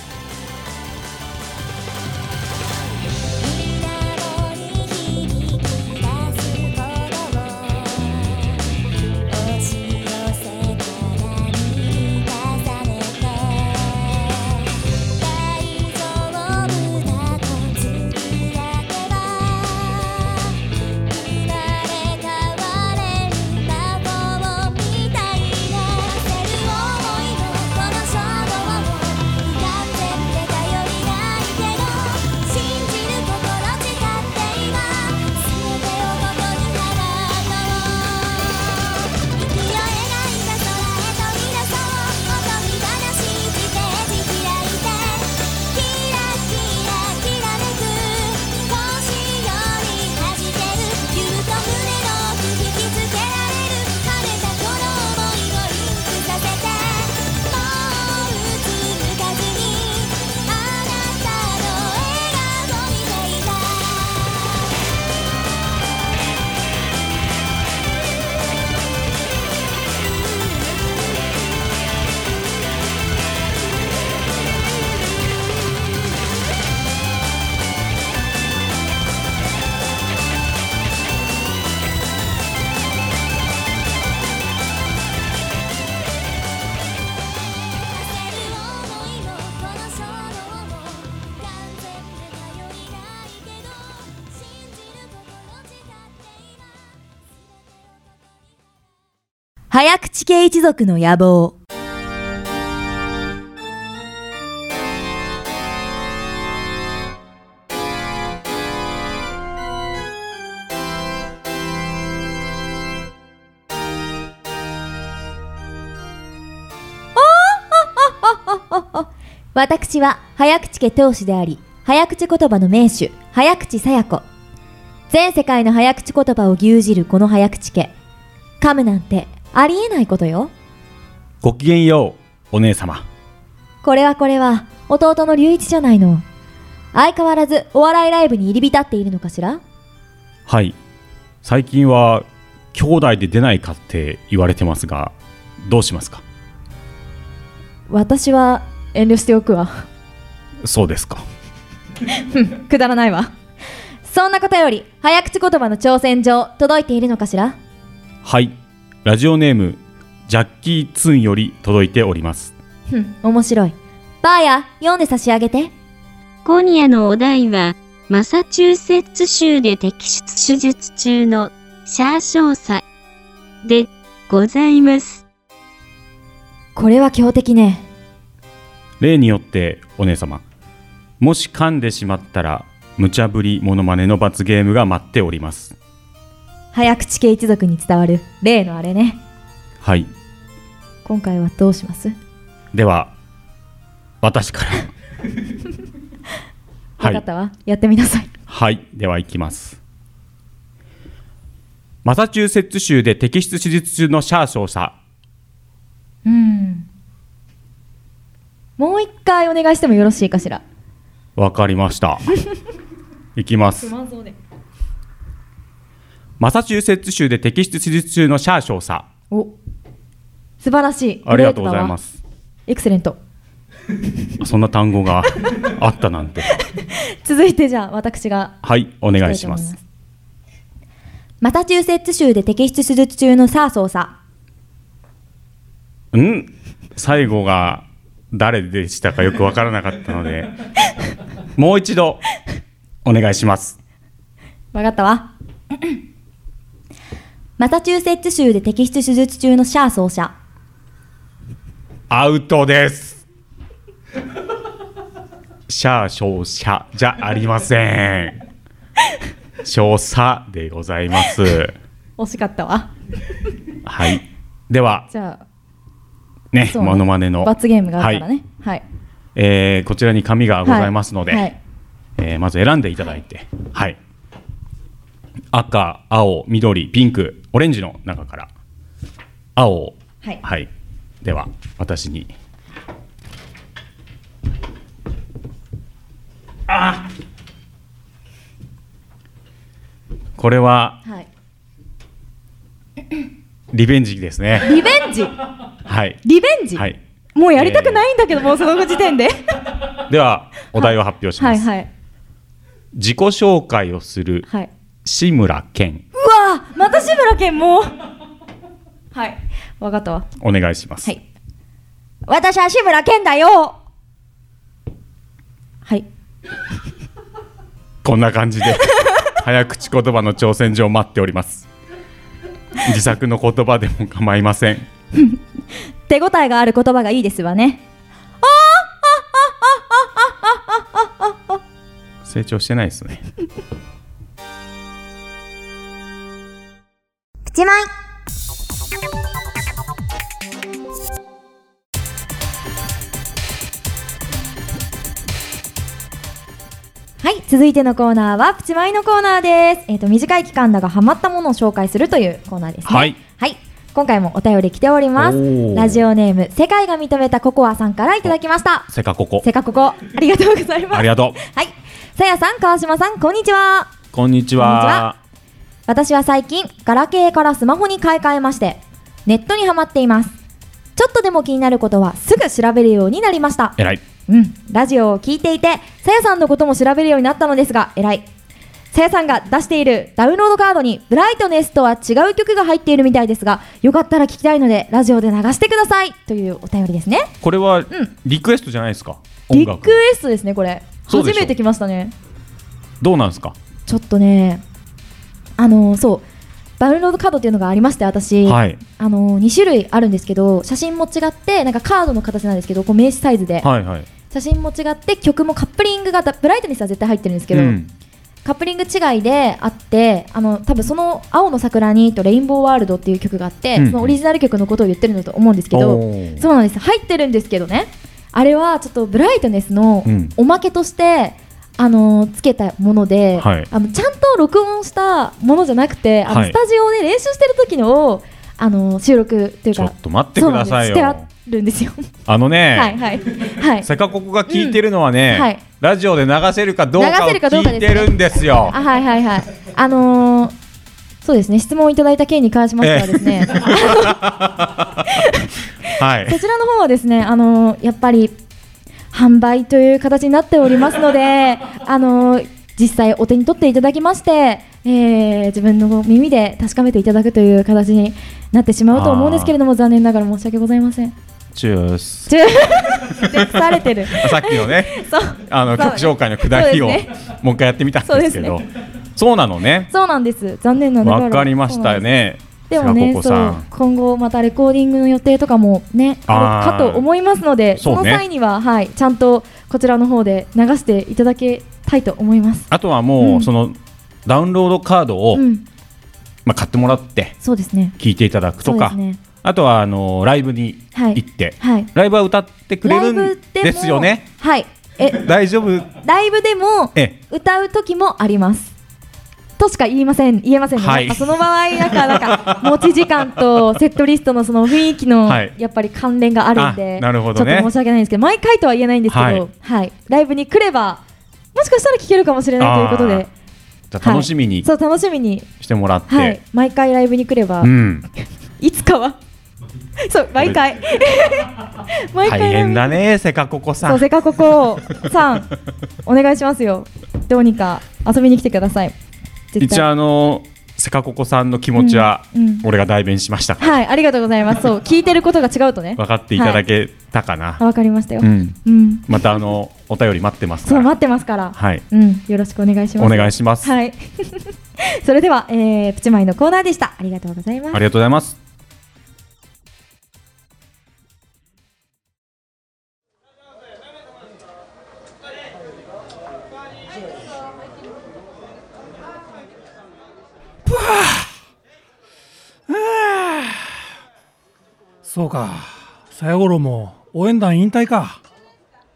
Speaker 5: 早口系一族の野望私は早口家当主であり早口言葉の名手早口さや子全世界の早口言葉を牛耳るこの早口家噛むなんてありえないことよ
Speaker 1: ごきげんようお姉様
Speaker 5: これはこれは弟の隆一じゃないの相変わらずお笑いライブに入り浸っているのかしら
Speaker 1: はい最近は兄弟で出ないかって言われてますがどうしますか
Speaker 2: 私は遠慮しておく わ
Speaker 1: そうですか
Speaker 2: くだらないわ
Speaker 5: そんなことより早口言葉の挑戦状届いているのかしら
Speaker 1: はいラジオネームジャッキー・ツンより届いております
Speaker 5: ふん面白いバーや読んで差し上げて
Speaker 8: 今夜のお題は、マサチューセッツ州で摘出手術中のシャー少佐でございます。
Speaker 5: これは強敵ね
Speaker 1: 例によってお姉様もし噛んでしまったら無茶ぶりモノマネの罰ゲームが待っております
Speaker 5: 早口系一族に伝わる例のあれね
Speaker 1: はい
Speaker 5: 今回はどうします
Speaker 1: では私から
Speaker 5: 分かったわ、やってみなさい
Speaker 1: はい、では行きます。マサチューセッツ州で摘出手術中のシャー少佐。
Speaker 2: うん。もう一回お願いしてもよろしいかしら。
Speaker 1: わかりま した。いきます。
Speaker 2: まそうで。
Speaker 1: マサチューセッツ州で摘出手術中のシャー少佐。
Speaker 2: お。素晴らしい。。
Speaker 1: ありがとうございますす。
Speaker 2: エクセレント。
Speaker 1: そんな単語があったなんて。
Speaker 2: 続いてじゃあ私が
Speaker 1: はい、お
Speaker 2: お
Speaker 1: 願いします。。
Speaker 5: マサチューセッツ州で摘出手術中のサーソーサ
Speaker 1: うん、最後が誰でしたかよくわからなかったの で、もう一度お願いします。
Speaker 2: わかったわ。
Speaker 5: マサチューセッツ州で摘出手術中のシャーソー社
Speaker 1: アウトです。シャー少佐じゃありません。少佐でございます。
Speaker 2: 惜しかったわ。
Speaker 1: はい。では
Speaker 2: じゃあ
Speaker 1: ね、
Speaker 2: そうね
Speaker 1: モノマネの
Speaker 2: 罰ゲームがあるから
Speaker 1: はい
Speaker 2: ね。はい。
Speaker 1: えーこちらに紙がございますので、
Speaker 2: はい
Speaker 1: えーまず選んでいただいて、はい、赤、青、緑、ピンク、オレンジの中から青、
Speaker 2: はい
Speaker 1: では私にあこれは
Speaker 2: はい。
Speaker 1: リベンジですね。
Speaker 2: リベンジ。
Speaker 1: はい、
Speaker 2: リベンジ。
Speaker 1: はい、
Speaker 2: もうやりたくないんだけど、もうその時点で。
Speaker 1: では お題を発表し
Speaker 2: は
Speaker 1: ま
Speaker 2: い
Speaker 1: す。
Speaker 2: はい。
Speaker 1: 自己紹介をする
Speaker 2: はい。
Speaker 1: 志村けん
Speaker 2: うわーまた志村けんもうはいわかったわ
Speaker 1: お願いします、
Speaker 2: はい私は志村けんだよはい
Speaker 1: こんな感じで 早口言葉の挑戦状を待っております自作の言葉でも構いません
Speaker 2: 手応えがある言葉がいいですわね
Speaker 1: 成長してないですね
Speaker 5: プチマイ
Speaker 2: はい続いてのコーナーはプチマイのコーナーですえっ、と短い期間だがハマったものを紹介するというコーナーですね
Speaker 1: はい
Speaker 2: はい今回もお便り来ております
Speaker 1: おー
Speaker 2: ラジオネーム世界が認めたココアさんからいただきました
Speaker 1: せかここ
Speaker 2: せかここありがとうございます
Speaker 1: ありがとう
Speaker 2: はいさやさん川島さんこんにちは
Speaker 1: こんにち
Speaker 2: は私は最近ガラケーからスマホに買い替えましてネットにハマっていますちょっとでも気になることはすぐ調べるようになりました
Speaker 1: えらい
Speaker 2: うんラジオを聞いていてさやさんのことも調べるようになったのですが偉いさやさんが出しているダウンロードカードにブライトネスとは違う曲が入っているみたいですがよかったら聞きたいのでラジオで流してくださいというお便りですね
Speaker 1: これはリクエストじゃないですか、
Speaker 2: リ
Speaker 1: 音楽
Speaker 2: クエストですねこれ
Speaker 1: そう
Speaker 2: 初
Speaker 1: でしょ
Speaker 2: めて来ましたね
Speaker 1: どうなんですか
Speaker 2: ちょっとねあのそうダウンロードカードっていうのがありまして私、
Speaker 1: はい
Speaker 2: あの2種類あるんですけど写真も違ってなんかカードの形なんですけどこう名刺サイズで、
Speaker 1: はいはい
Speaker 2: 写真も違って曲もカップリングがだブライトネスは絶対入ってるんですけ
Speaker 3: う
Speaker 2: ど、
Speaker 3: ん、
Speaker 2: カップリング違いであってあの多分その「青の桜に」と「レインボーワールド」っていう曲があって、
Speaker 3: うん
Speaker 2: そのオリジナル曲のことを言ってるんだと思うんですけど
Speaker 1: おー
Speaker 2: そうなんです入ってるんですけどねあれはちょっとブライトネスの
Speaker 1: うん
Speaker 2: おまけとして、あのつけたもので、
Speaker 1: はい
Speaker 2: あのちゃんと録音したものじゃなくてあの
Speaker 1: はい
Speaker 2: スタジオで練習してる時のをあの収録という
Speaker 1: ちょ
Speaker 2: か
Speaker 1: っと待って
Speaker 2: そう
Speaker 1: くだ
Speaker 2: なんです
Speaker 1: さい
Speaker 2: してあ
Speaker 1: よ
Speaker 2: るんですよ。
Speaker 1: あのね、
Speaker 2: はいはいはい。
Speaker 1: せかここが聞いてるのはね、
Speaker 2: うんはい
Speaker 1: ラジオで流せるかどうかを
Speaker 2: 流せるかどうか
Speaker 1: 聞
Speaker 2: で
Speaker 1: い
Speaker 2: すね
Speaker 1: てるんですよ
Speaker 2: あはいはいはい。あのー、そうですね質問いただいた件に関しましてはですね、
Speaker 1: はい
Speaker 2: そちらの方はですねあのーやっぱり販売という形になっておりますので、 あのー実際お手に取っていただきまして、えー自分の耳で確かめていただくという形になってしまうと思うんですけれども残念ながら申し訳ございま せん。
Speaker 1: チュース
Speaker 2: ちゅで腐れてる。
Speaker 1: さっきのね
Speaker 2: そう
Speaker 1: あの
Speaker 2: そう
Speaker 1: 曲紹介のくだりを
Speaker 2: そうです
Speaker 1: もう一回やってみたんですけど
Speaker 2: そ
Speaker 1: そうう,、なのね
Speaker 2: そうなんです。残念ながら。
Speaker 1: わかりましたね
Speaker 2: でも
Speaker 1: さあ
Speaker 2: ね、
Speaker 1: ここ
Speaker 2: そ
Speaker 1: さ
Speaker 2: うん今後またレコーディングの予定とかもねある
Speaker 1: あー
Speaker 2: かと思いますので
Speaker 1: そ
Speaker 2: そう
Speaker 1: ね
Speaker 2: の際には、はい、ちゃんとこちらの方で流していただけたいと思います。
Speaker 1: あとはもう、
Speaker 2: うん
Speaker 1: そのダウンロードカードを、
Speaker 2: うん、
Speaker 1: まあ、買ってもらって
Speaker 2: そうですね。
Speaker 1: 聞いていただくとか、
Speaker 2: そうですね
Speaker 1: あとはあのライブに
Speaker 2: はい
Speaker 1: 行って、
Speaker 2: はい。
Speaker 1: ライブは歌ってくれるん
Speaker 2: ライブでも
Speaker 1: ですよね
Speaker 2: はい。え、
Speaker 1: 大丈夫
Speaker 2: ライブでも
Speaker 1: ええ
Speaker 2: 歌う時もあります。と
Speaker 9: としか言いません言えませんね、
Speaker 10: はい
Speaker 9: やっぱその場合なんかなん か持ち時間とセットリストのその雰囲気の
Speaker 1: はい
Speaker 9: やっぱり関連があるんで、
Speaker 1: あなるほどね
Speaker 9: ちょっと申し訳ないんですけど毎回とは言えないんですけど、
Speaker 1: は
Speaker 9: はいいライブに来ればもしかしたら聞けるかもしれないということで
Speaker 1: じゃあ楽しみに
Speaker 9: そう楽しみに、
Speaker 1: してもらって、
Speaker 9: はい、毎回ライブに来れば、
Speaker 1: うん、
Speaker 9: いつかはそう毎回毎
Speaker 1: 大
Speaker 9: 回ライブ
Speaker 1: 変
Speaker 9: に
Speaker 1: だねせかここさ
Speaker 9: そうんせかここさんお願いしますよどうにか遊びに来てください絶
Speaker 1: 一応
Speaker 9: 対
Speaker 1: あのせかここさんの気持ちは
Speaker 9: うんうん
Speaker 1: 俺が代弁しました、
Speaker 9: はいありがとうございますそう聞いてることが違うとね
Speaker 1: 分かっていただけたかな、
Speaker 9: あわかりましたよ
Speaker 1: う
Speaker 9: うん、
Speaker 1: ん、またあのお便り待ってます
Speaker 9: そ
Speaker 1: か
Speaker 9: う
Speaker 1: ら
Speaker 9: 待ってますから
Speaker 1: はい
Speaker 9: うんよろしくお願いします
Speaker 1: お願いします、
Speaker 9: はい それでは、えー、プチマイのコーナーでしたありがとうございます
Speaker 1: ありがとうございます
Speaker 6: そうかさやごろも応援団引退か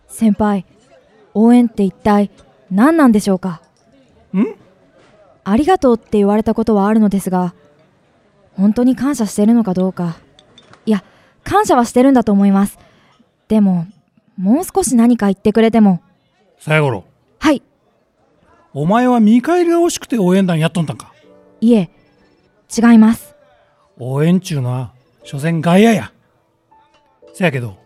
Speaker 9: 先輩応援って一体何なんでしょうか
Speaker 6: ん
Speaker 9: ありがとうって言われたことはあるのですが本当に感謝してるのかどうかいや感謝はしてるんだと思いますでももう少し何か言ってくれても
Speaker 6: さやごろ
Speaker 9: はい
Speaker 6: お前は見返りが欲しくて応援団やっとんたんか
Speaker 9: いえ違います
Speaker 6: 応援中のは所詮外野やせやけど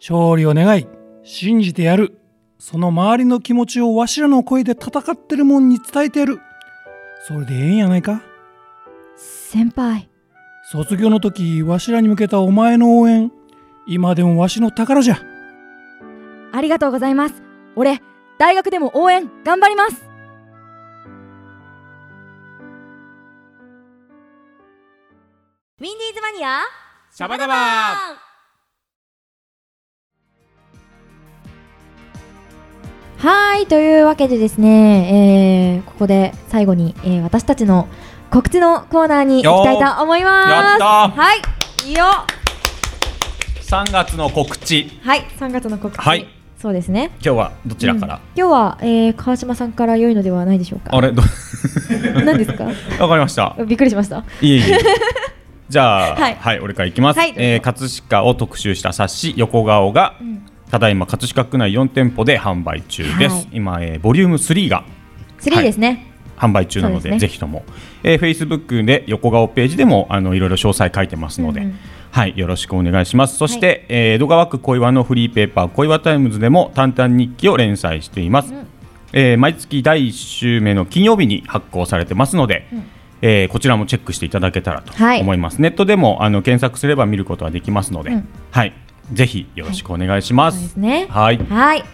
Speaker 6: 勝利を願い信じてやるその周りの気持ちをわしらの声で戦ってるもんに伝えてやるそれでええんやないか
Speaker 9: 先輩
Speaker 6: 卒業の時わしらに向けたお前の応援今でもわしの宝じゃ
Speaker 9: ありがとうございます俺大学でも応援頑張ります
Speaker 2: ウィンディーズマニア
Speaker 1: シャバダバー
Speaker 2: はいというわけでですね、えーここで最後に、えー私たちの告知のコーナーに行きたいと思います
Speaker 1: やったー
Speaker 2: はいいいよ
Speaker 1: 3月の告知
Speaker 2: はい3月の告知、
Speaker 1: はい
Speaker 2: そうですね
Speaker 1: 今日はどちらから、
Speaker 2: 今日は、えー川島さんから良いのではないでしょうか
Speaker 1: あれど
Speaker 2: 何ですか
Speaker 1: わかりました
Speaker 2: びっくりしました
Speaker 1: いえいえじゃあ、は、
Speaker 2: はいい
Speaker 1: 俺からいきます、
Speaker 2: はいどうぞ
Speaker 1: えー葛飾を特集した冊子横顔が、ただいま葛飾区内4店舗で販売中です、
Speaker 2: はい
Speaker 1: 今、えーボリューム3が
Speaker 2: 3ですね、
Speaker 1: 販売中なの
Speaker 2: そう
Speaker 1: で
Speaker 2: ですね
Speaker 1: ぜひとも、えー、Facebook で横顔ページでもあのいろいろ詳細書いてますので、
Speaker 2: うんうん
Speaker 1: はいよろしくお願いしますそして、えー江戸川区小岩のフリーペーパー小岩タイムズでも淡々日記を連載しています、えー毎月第1週目の金曜日に発行されてますので、えーこちらもチェックしていただけたらと
Speaker 2: はい
Speaker 1: 思います、ネットでもあの検索すれば見ることはできますので、
Speaker 2: うん
Speaker 1: はいぜひよろしくお願いしま
Speaker 2: そうです
Speaker 1: す、
Speaker 2: ね
Speaker 1: はい、
Speaker 2: はい。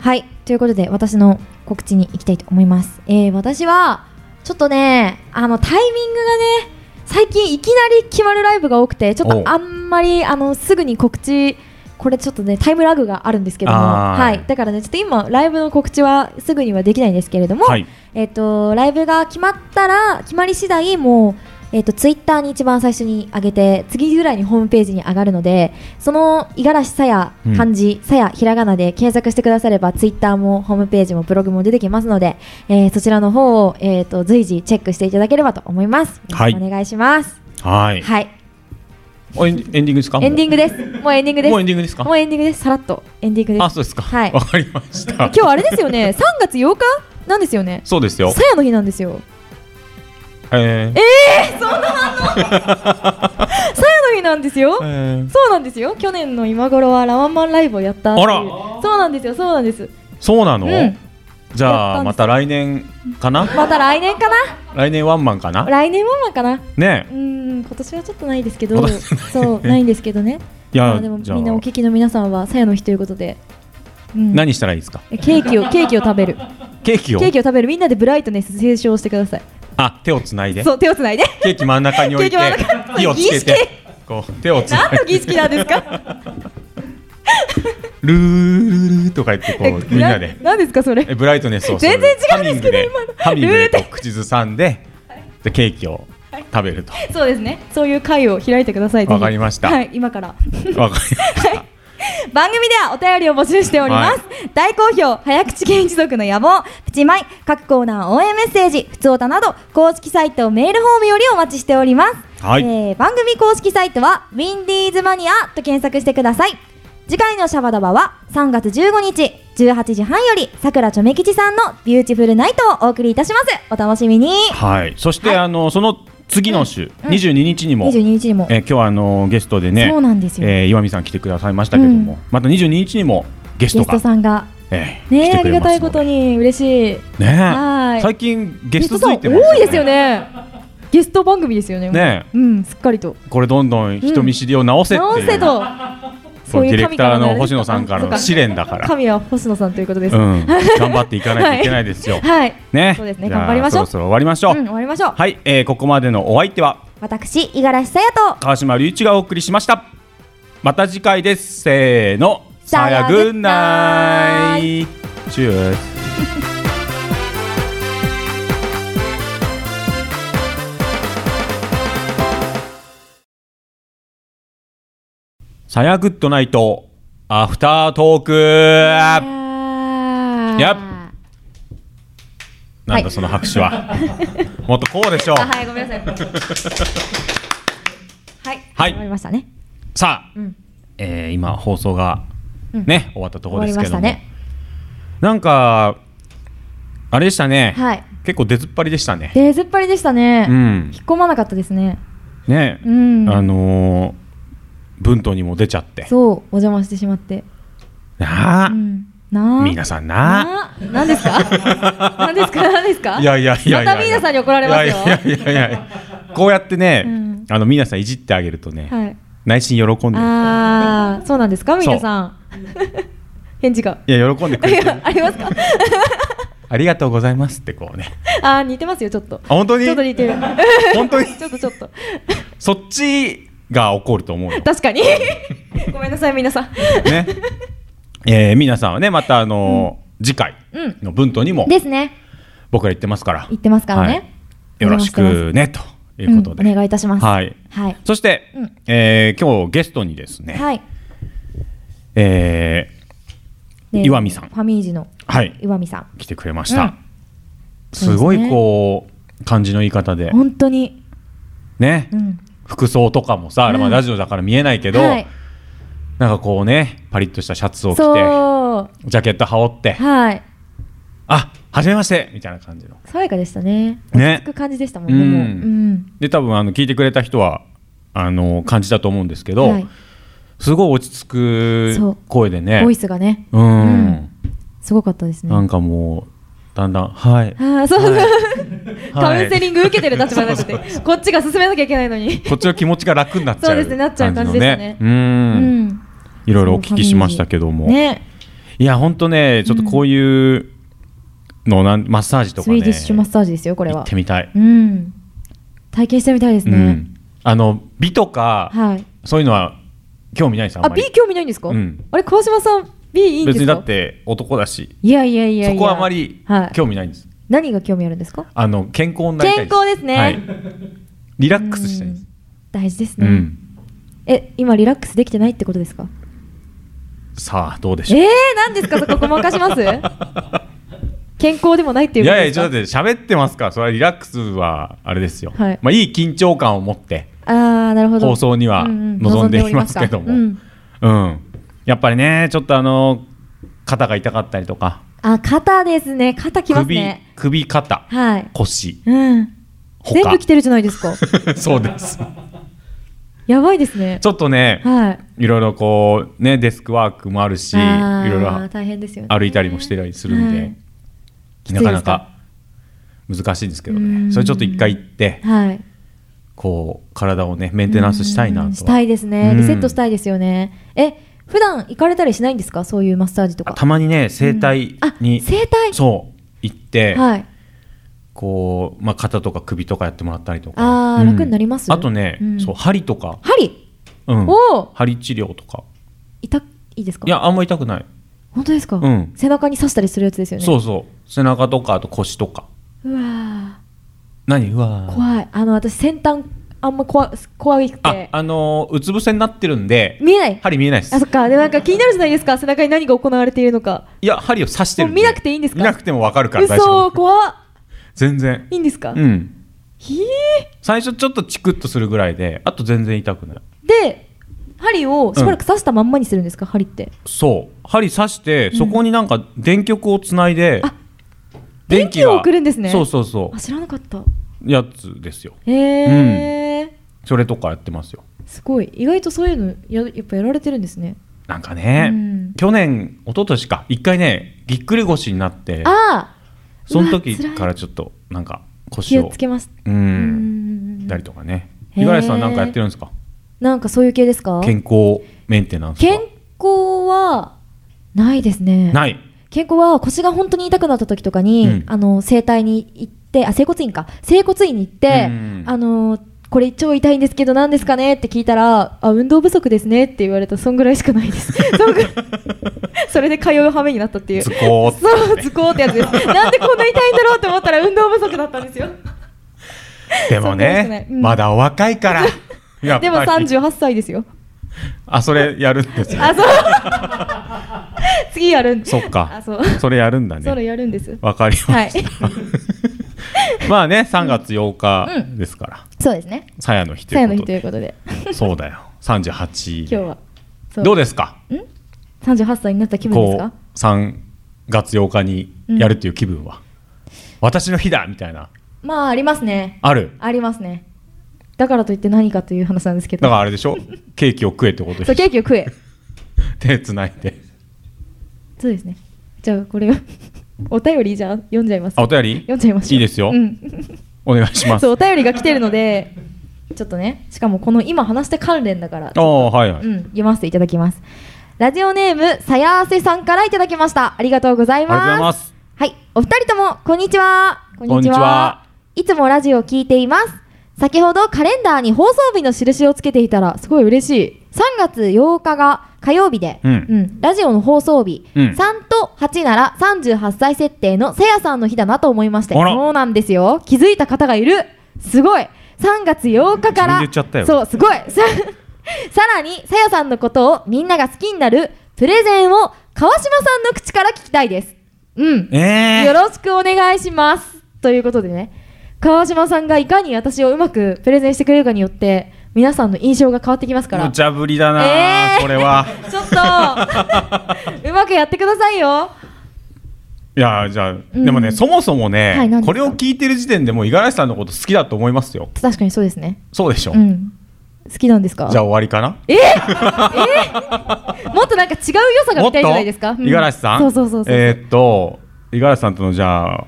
Speaker 2: はい。ということで、私の告知に行きたいと思います。えー、私は、ちょっとね、あの、タイミングがね、最近いきなり決まるライブが多くて、ちょっ
Speaker 1: おう
Speaker 2: とあんまり、あの、すぐに告知、これちょっとね、タイムラグがあるんですけども、
Speaker 1: あー
Speaker 2: はい。だからね、ちょっと今、ライブの告知はすぐにはできないんですけれども、
Speaker 1: はい、
Speaker 2: えっ、と、ライブが決まったら、決まり次第、もう、えっ、と、ツイッターに一番最初に上げて、次ぐらいにホームページに上がるので、その、五十嵐さや
Speaker 1: うん、
Speaker 2: 漢字、さや、ひらがなで検索してくだされば、ツイッターも、ホームページも、ブログも出てきますので、えーそちらの方を、えっ、と、随時チェックしていただければと思います。
Speaker 1: はい
Speaker 2: よろしくお願いします。
Speaker 1: はい
Speaker 2: はい。
Speaker 1: おエンエンディングですか
Speaker 2: エンディングです。もうエンディングです。
Speaker 1: もうエンディングですか
Speaker 2: もうエンディングです。さらっと、エンディングです。
Speaker 1: あそうですか
Speaker 2: はい
Speaker 1: わかりま した
Speaker 2: 今日あれですよね、3月8日なんですよね。
Speaker 1: そうですよ
Speaker 2: さやの日なんですよ。
Speaker 1: えー、
Speaker 2: さやの日なんですよ。
Speaker 1: えー
Speaker 2: そうなんですよ。去年の今頃はラワンマンライブをやったっていう。
Speaker 1: あら
Speaker 2: そうなんですよ。そうなんです。
Speaker 1: そうなの、
Speaker 2: うん
Speaker 1: じゃ
Speaker 2: や
Speaker 1: あ
Speaker 2: ったんです
Speaker 1: また来年かな
Speaker 2: また来年かな。
Speaker 1: 来年ワンマンかな
Speaker 2: 来年もまかな。
Speaker 1: ね
Speaker 2: うーん、今年はちょっとないですけど
Speaker 1: 今。
Speaker 2: そう、ないんですけどね。
Speaker 1: い
Speaker 2: ま
Speaker 1: や
Speaker 2: あでも
Speaker 1: じゃあ
Speaker 2: みんなお聞きの皆さんはさやの日ということで。うん
Speaker 1: 何したらいいですか
Speaker 2: えケーキをケーキを食べる
Speaker 1: ケーキを
Speaker 2: ケーキを食べるみんなでブライトネス提唱してください
Speaker 1: あ手をつないで
Speaker 2: そう手をつないで
Speaker 1: ケーキ真ん中に置いて
Speaker 2: ケーキ真ん中に
Speaker 1: 火をつけ
Speaker 2: 儀
Speaker 1: てこう手をつな
Speaker 2: 何
Speaker 1: い
Speaker 2: の儀式なんですか
Speaker 1: ルールルルとか言ってこうみんなで
Speaker 2: 何ですかそれ
Speaker 1: えブライトネスをする
Speaker 2: 全然違うんですけど
Speaker 1: ハミングでハミング
Speaker 2: ルール
Speaker 1: でこう口ずさんででケーキを食べると
Speaker 2: そうですねそういう会を開いてくださいぜひ
Speaker 1: わかりました
Speaker 2: はい今から
Speaker 1: わかりました
Speaker 2: 番組ではお便りを募集しております、大好評早口言一族の野望プチマイ各コーナー応援メッセージふつおたなど公式サイトメールフォームよりお待ちしております、
Speaker 1: はい
Speaker 2: えー番組公式サイトはウィンディーズマニアと検索してください次回のシャバダバは3月15日18時半よりさくらちょめ吉さんのビューティフルナイトをお送りいたしますお楽しみに
Speaker 1: はい、そして、あのその次の週、
Speaker 2: うん
Speaker 1: 22日にも、
Speaker 2: 22日にも、
Speaker 1: えー今日はあのゲストでね、
Speaker 2: そうなんですよ、
Speaker 1: えー岩見さん来てくださいましたけども、また22日にもゲスト
Speaker 2: ゲスト
Speaker 1: が、
Speaker 2: さんが
Speaker 1: えー来
Speaker 2: ねえ
Speaker 1: て
Speaker 2: あ
Speaker 1: く
Speaker 2: り
Speaker 1: れ
Speaker 2: が
Speaker 1: ま
Speaker 2: たい
Speaker 1: す
Speaker 2: こ
Speaker 1: の
Speaker 2: と
Speaker 1: で。
Speaker 2: に嬉しい
Speaker 1: ね
Speaker 2: は
Speaker 1: え
Speaker 2: い
Speaker 1: 最近ゲ
Speaker 2: ゲ
Speaker 1: スト
Speaker 2: スト
Speaker 1: つ
Speaker 2: さん
Speaker 1: いてます
Speaker 2: 多いですよ。ねゲスト番組ですよね
Speaker 1: ねえ
Speaker 2: うんすっかりと
Speaker 1: これどんどん人見知りを直せって
Speaker 2: 直
Speaker 1: い
Speaker 2: せ
Speaker 1: う。
Speaker 2: と
Speaker 1: こ
Speaker 2: そう
Speaker 1: の
Speaker 2: い
Speaker 1: デ
Speaker 2: う
Speaker 1: ィレクター
Speaker 2: 神からのあ
Speaker 1: の
Speaker 2: れ
Speaker 1: 星野さんから
Speaker 2: そうか
Speaker 1: の試練だから、
Speaker 2: 神は星野さんということで
Speaker 1: う
Speaker 2: す、
Speaker 1: ん、頑張っていかないといけないですよ。
Speaker 2: はい
Speaker 1: ね、
Speaker 2: そうですね
Speaker 1: じゃあ
Speaker 2: 頑張りましょ
Speaker 1: そろ
Speaker 2: う
Speaker 1: そろ終わりましょう。
Speaker 2: うん終わりましょう、
Speaker 1: はい、えーここまでのお相手は
Speaker 2: 私五十嵐さやと
Speaker 1: 川島隆一がお送りしました。また次回です。せーの、
Speaker 2: さ
Speaker 1: さ
Speaker 2: や
Speaker 1: や
Speaker 2: ぐ
Speaker 1: ぐ
Speaker 2: っ
Speaker 1: ん
Speaker 2: な
Speaker 1: ないい。チュース。さやグッドナイトアフタートークやっなんだその拍手はもっとこうでしょう
Speaker 2: あ はいごめんなさいはい、
Speaker 1: はい
Speaker 2: 終わりましたね
Speaker 1: さあ、
Speaker 2: うん
Speaker 1: えー今放送が
Speaker 2: うん
Speaker 1: ね、終わったとこ
Speaker 2: 終
Speaker 1: ろ
Speaker 2: わ
Speaker 1: で
Speaker 2: り
Speaker 1: す
Speaker 2: ま
Speaker 1: け
Speaker 2: した
Speaker 1: ども、
Speaker 2: ね
Speaker 1: なんかあれでしたね、
Speaker 2: はい
Speaker 1: 結構出ずっぱりでしたね
Speaker 2: 出ずっぱりでしたね、
Speaker 1: うん
Speaker 2: 引っ込まなかったですね
Speaker 1: ね、
Speaker 2: うん
Speaker 1: あのー文頭にも出ちゃって
Speaker 2: そうお邪魔してしまって
Speaker 1: なあ、
Speaker 2: うんなあ
Speaker 1: 皆さんなあ
Speaker 2: 何で すか何ですか何ですか
Speaker 1: いやいやいやいやいや
Speaker 2: またミーナさんに怒られま
Speaker 1: い
Speaker 2: すよ
Speaker 1: やいやいやいやいやこうやってね、
Speaker 2: うん
Speaker 1: あの皆さんいじってあげるとね、
Speaker 2: はい
Speaker 1: 内心喜んで
Speaker 2: ああそうなんですかミーナさん返事が
Speaker 1: いや喜んでく
Speaker 2: い
Speaker 1: れて
Speaker 2: や
Speaker 1: る
Speaker 2: ありますか
Speaker 1: ありがとうございますってこうね
Speaker 2: あー似てますよちょっと
Speaker 1: あ本当に
Speaker 2: ちょっと似てる
Speaker 1: 本当に
Speaker 2: ちょっとちょっと
Speaker 1: そっちが怒ると思うよ
Speaker 2: 確かに ごめんなさい皆さん
Speaker 1: ね。えー、皆さんはね、またあのー次回の文頭にも
Speaker 2: ですね
Speaker 1: 僕ら言ってますから、
Speaker 2: 言ってますから
Speaker 1: はい
Speaker 2: ね
Speaker 1: よろしくねとい
Speaker 2: うん
Speaker 1: う
Speaker 2: お
Speaker 1: ことで、
Speaker 2: 願いいたしますは
Speaker 1: はい。
Speaker 2: い
Speaker 1: そして、
Speaker 2: うん
Speaker 1: えー今日ゲストにですね、
Speaker 2: はい
Speaker 1: え
Speaker 2: ね
Speaker 1: 岩見さん
Speaker 2: ファミージの
Speaker 1: ーはい
Speaker 2: 岩見さん
Speaker 1: 来てくれました。
Speaker 2: うん
Speaker 1: す
Speaker 2: そうです
Speaker 1: ごい
Speaker 2: ね
Speaker 1: こう感じの言い方で
Speaker 2: 本当に
Speaker 1: ね、
Speaker 2: うん
Speaker 1: 服装とかもさ、
Speaker 2: うん
Speaker 1: まあラジオだから見えないけど、
Speaker 2: はい
Speaker 1: なんかこうね、パリッとしたシャツを着て、
Speaker 2: そう
Speaker 1: ジャケット羽織って、
Speaker 2: はい
Speaker 1: あ、はじめましてみたいな感じの。
Speaker 2: 爽やかでしたね
Speaker 1: ね
Speaker 2: 落ち着く感じでしたもんねもう
Speaker 1: うん
Speaker 2: うん
Speaker 1: で多分あの聞いてくれた人はあの感じたと思うんですけど、
Speaker 2: はい
Speaker 1: すごい落ち着
Speaker 2: そう
Speaker 1: く声でね
Speaker 2: ボイスがね
Speaker 1: うん、
Speaker 2: すごかったですね
Speaker 1: なんかもうだんだんはい、
Speaker 2: ああ、そうそう、 カ
Speaker 1: は
Speaker 2: ウ
Speaker 1: い
Speaker 2: ンセリング受けてる立場になっちゃって、こっちが進めなきゃいけないのに。
Speaker 1: こっちの気持ちが楽になっちゃう
Speaker 2: そうですねなっちゃう感じでしたね
Speaker 1: 感じの
Speaker 2: う
Speaker 1: うん、
Speaker 2: ん、
Speaker 1: いろいろお聞きしましたけども、
Speaker 2: ね、
Speaker 1: いや本当ねちょっとこういうのなんマッサージと
Speaker 2: ス
Speaker 1: かね
Speaker 2: ウィーディッシュマッサージですよ、これ
Speaker 1: 行
Speaker 2: は
Speaker 1: っ。てみたい、
Speaker 2: うん、体験してみたいです
Speaker 1: う
Speaker 2: ね。
Speaker 1: んあの美とか、
Speaker 2: はい。
Speaker 1: そういうのは興味ないですあん
Speaker 2: あ、
Speaker 1: まり
Speaker 2: B 興味ないんですか
Speaker 1: うん。
Speaker 2: あれ、川島さん、B いいんで
Speaker 1: 別
Speaker 2: す
Speaker 1: にだ
Speaker 2: か
Speaker 1: っ。て男だし
Speaker 2: いやいやいやいや。
Speaker 1: そこはあまり
Speaker 2: はい
Speaker 1: 興味ないんです、
Speaker 2: 何が興味あるんですか。
Speaker 1: あの健康になりたい
Speaker 2: 健康ですね
Speaker 1: はい、リラックスしたいです。
Speaker 2: 大事です
Speaker 1: う
Speaker 2: ね。
Speaker 1: ん。
Speaker 2: え、今リラックスできてないってことですか。
Speaker 1: さあどうで
Speaker 2: え
Speaker 1: しょう。
Speaker 2: ー、なんですか、そこごまかします。 健康でもないっていう
Speaker 1: い
Speaker 2: こと
Speaker 1: やい
Speaker 2: で
Speaker 1: や
Speaker 2: す
Speaker 1: ちょっと
Speaker 2: か。
Speaker 1: 待って喋ってますからそれはリラックスはあれですよ。
Speaker 2: はい
Speaker 1: まあいい緊張感を持って
Speaker 2: ああ、なるほど。
Speaker 1: 放送には
Speaker 2: うんうん
Speaker 1: 臨んでいますけども、
Speaker 2: 望
Speaker 1: うん
Speaker 2: でおり
Speaker 1: ん
Speaker 2: ますか
Speaker 1: やっぱりねちょっとあの肩が痛かったりとか、
Speaker 2: うんあ、肩ですね。肩きます
Speaker 1: 首
Speaker 2: ね。
Speaker 1: 首肩
Speaker 2: はい。
Speaker 1: 腰
Speaker 2: うん。
Speaker 1: 他
Speaker 2: 全部来てるじゃないです か。
Speaker 1: そうです。
Speaker 2: やばいですね。
Speaker 1: ちょっとね、、
Speaker 2: はい
Speaker 1: ろいろこうねデスクワークもあるし
Speaker 2: い。
Speaker 1: い
Speaker 2: あー
Speaker 1: ろいろ
Speaker 2: 大変ですよね。
Speaker 1: 歩いたりもしてたりするんで、
Speaker 2: はい
Speaker 1: なかなか難しいんですけど
Speaker 2: う
Speaker 1: ね
Speaker 2: ん
Speaker 1: それちょっと一回行って
Speaker 2: はい。
Speaker 1: こう体をねメンテナンスしたいなと
Speaker 2: うん
Speaker 1: は
Speaker 2: したいですね。
Speaker 1: うん
Speaker 2: リセットしたいですよね。え、普段行かれたりしないんですかそういうマッサージと
Speaker 1: あ
Speaker 2: か。
Speaker 1: たまにね整体
Speaker 2: あ、
Speaker 1: に、
Speaker 2: 整体
Speaker 1: そう行って、
Speaker 2: はい。
Speaker 1: こう、まあ、肩とか首とかやってもらったりとか
Speaker 2: あー
Speaker 1: うん
Speaker 2: 楽になります
Speaker 1: あとね、
Speaker 2: うん
Speaker 1: そう針とか、
Speaker 2: 針
Speaker 1: うん
Speaker 2: おー
Speaker 1: 針治療とか
Speaker 2: 痛いいですか
Speaker 1: いやあんま痛くない、
Speaker 2: 本当ですか
Speaker 1: うん
Speaker 2: 背中に刺したりするやつですよね。
Speaker 1: そうそう背中とかあと腰とか
Speaker 2: うわ
Speaker 1: 何うわ
Speaker 2: ー
Speaker 1: ー
Speaker 2: 怖い。あの、私、先端あんま怖怖く
Speaker 1: あ
Speaker 2: て、
Speaker 1: あのーうつ伏せになってるんで、
Speaker 2: 見えない
Speaker 1: 針見えないです
Speaker 2: あ。そっかでなんか気になるじゃないですか背中に何が行われているのか
Speaker 1: いや、針を刺してるんで。
Speaker 2: もう見なくていいんですか
Speaker 1: 見なくてもわかるから、大丈
Speaker 2: 嘘
Speaker 1: 夫。
Speaker 2: 怖っ
Speaker 1: 全然。
Speaker 2: いいんですか、
Speaker 1: うん。
Speaker 2: ひー
Speaker 1: 最初ちょっとチクッとするぐらいで、あと全然痛くない。
Speaker 2: で針をしばらく刺したまんまにするんですか、針って
Speaker 1: そう。針刺して、そこになんか電極をつないで、
Speaker 2: あ
Speaker 1: 電気が
Speaker 2: 電気を送るんですね
Speaker 1: そうそうそ
Speaker 2: あ知らなかった
Speaker 1: う。やつですよ。
Speaker 2: へえー
Speaker 1: それとかやってますよ。
Speaker 2: すごい意外とそういうのややっぱやられてるんですね
Speaker 1: なんかね、
Speaker 2: うん
Speaker 1: 去年、一昨年か、一回ね、ぎっくり腰になって、
Speaker 2: ああ
Speaker 1: その
Speaker 2: う
Speaker 1: 時
Speaker 2: わ辛い
Speaker 1: からちょっと、なんか、
Speaker 2: 気
Speaker 1: 腰
Speaker 2: を
Speaker 1: を
Speaker 2: つ、けます
Speaker 1: う、
Speaker 2: うんん
Speaker 1: たりとかね。
Speaker 2: へー
Speaker 1: 五十嵐さんなんかやってるんですか
Speaker 2: なんかそういう系ですか
Speaker 1: 健康メンテナンスとか
Speaker 2: 健康はないですね
Speaker 1: ない。
Speaker 2: 健康は腰が本当に痛くなった時とかに、
Speaker 1: うん
Speaker 2: あの整体に行ってあ整骨院か整骨院に行って、
Speaker 1: うん
Speaker 2: あのこれ超痛いんですけど何ですかねって聞いたらあ運動不足ですねって言われたそんぐらいしかないです そんぐらいそれで通う羽目になったっていう
Speaker 1: 図工って
Speaker 2: そう図工ってやつですなんでこんな痛いんだろうって思ったら運動不足だったんですよ
Speaker 1: でも
Speaker 2: そんなことない
Speaker 1: ね、
Speaker 2: うん
Speaker 1: まだお若いから。やっぱり
Speaker 2: でも38歳ですよ
Speaker 1: あ、それやるんですよ。
Speaker 2: あそ う次やるん
Speaker 1: そっか
Speaker 2: あそう
Speaker 1: それやるんだ
Speaker 2: それ
Speaker 1: ね。
Speaker 2: やるんです
Speaker 1: わかり
Speaker 2: は
Speaker 1: ま
Speaker 2: い
Speaker 1: した。 まあね、3月8日ですから、
Speaker 2: そうですね
Speaker 1: さやの日と
Speaker 2: さ
Speaker 1: い
Speaker 2: や
Speaker 1: う
Speaker 2: の
Speaker 1: こ
Speaker 2: 日
Speaker 1: と
Speaker 2: とい
Speaker 1: で。
Speaker 2: うことで
Speaker 1: そうだよ。38
Speaker 2: 今日はそう
Speaker 1: どうですか
Speaker 2: 38歳になった気分です
Speaker 1: こ
Speaker 2: か
Speaker 1: う、3月8日にやるっていう気分は。私の日だみたいな。
Speaker 2: まあありますね
Speaker 1: ある。
Speaker 2: ありますねだからといって何かという話なんですけど
Speaker 1: だからあれでし ょケーキを食えってことでし
Speaker 2: そ
Speaker 1: ょ
Speaker 2: うケーキを食え
Speaker 1: 手つないで。
Speaker 2: そうですねじゃあこれを お便りじゃあ読んじゃいます
Speaker 1: あ、お便り
Speaker 2: 読んじゃいましょう
Speaker 1: いいですよ
Speaker 2: うん、
Speaker 1: お願いします
Speaker 2: そう。お便りが来てるのでちょっとねしかもこの今話した関連だから
Speaker 1: ああ、はいは
Speaker 2: う
Speaker 1: い。
Speaker 2: ん、読ませていただきます。ラジオネーム、さやあせさんからいただきました。ありがとうござい
Speaker 1: ありがとうござい
Speaker 2: ま。
Speaker 1: ますす。
Speaker 2: はい、お二人とも、こんにちは。こ
Speaker 1: こんにちはい
Speaker 2: つもラジオを聞いています。先ほどカレンダーに放送日の印をつけていたら、すごい嬉しい。3月8日が火曜日で、
Speaker 1: うん
Speaker 2: ラジオの放送日、
Speaker 1: うん
Speaker 2: 3と8なら38歳設定のせやさんの日だなと思いまして、
Speaker 1: あら
Speaker 2: そうなんですよ。気づいた方がいる。すごい。3月8日か
Speaker 1: 自分で
Speaker 2: ら、
Speaker 1: 言っちゃったよ
Speaker 2: そう、すごい。 ささらに、さやさんのことをみんなが好きになるプレゼンを川島さんの口から聞きたいです。うん。
Speaker 1: ええ
Speaker 2: よろしくお願いしますということでね川島さんがいかに私をうまくプレゼンしてくれるかによって皆さんの印象が変わってきますから
Speaker 1: 無
Speaker 2: ちょ
Speaker 1: 茶ぶりだな、
Speaker 2: えー
Speaker 1: これ は。
Speaker 2: っとうまくやってくださいよ
Speaker 1: いやじゃあ、
Speaker 2: ん
Speaker 1: でもねそもそもね、
Speaker 2: はい何ですか
Speaker 1: これを聞いてる時点でもう五十嵐さんのこと好きだと思いますよ。
Speaker 2: 確かにそうですね
Speaker 1: そうでしょ。
Speaker 2: うん好きなんですか
Speaker 1: じゃあ終わりかな。
Speaker 2: もっとなんか違う良さが
Speaker 1: もっ
Speaker 2: 見
Speaker 1: たと
Speaker 2: いじゃないですか
Speaker 1: 五十嵐さん。
Speaker 2: そうそうそうそう、
Speaker 1: えーっと五十嵐さんとのじゃあ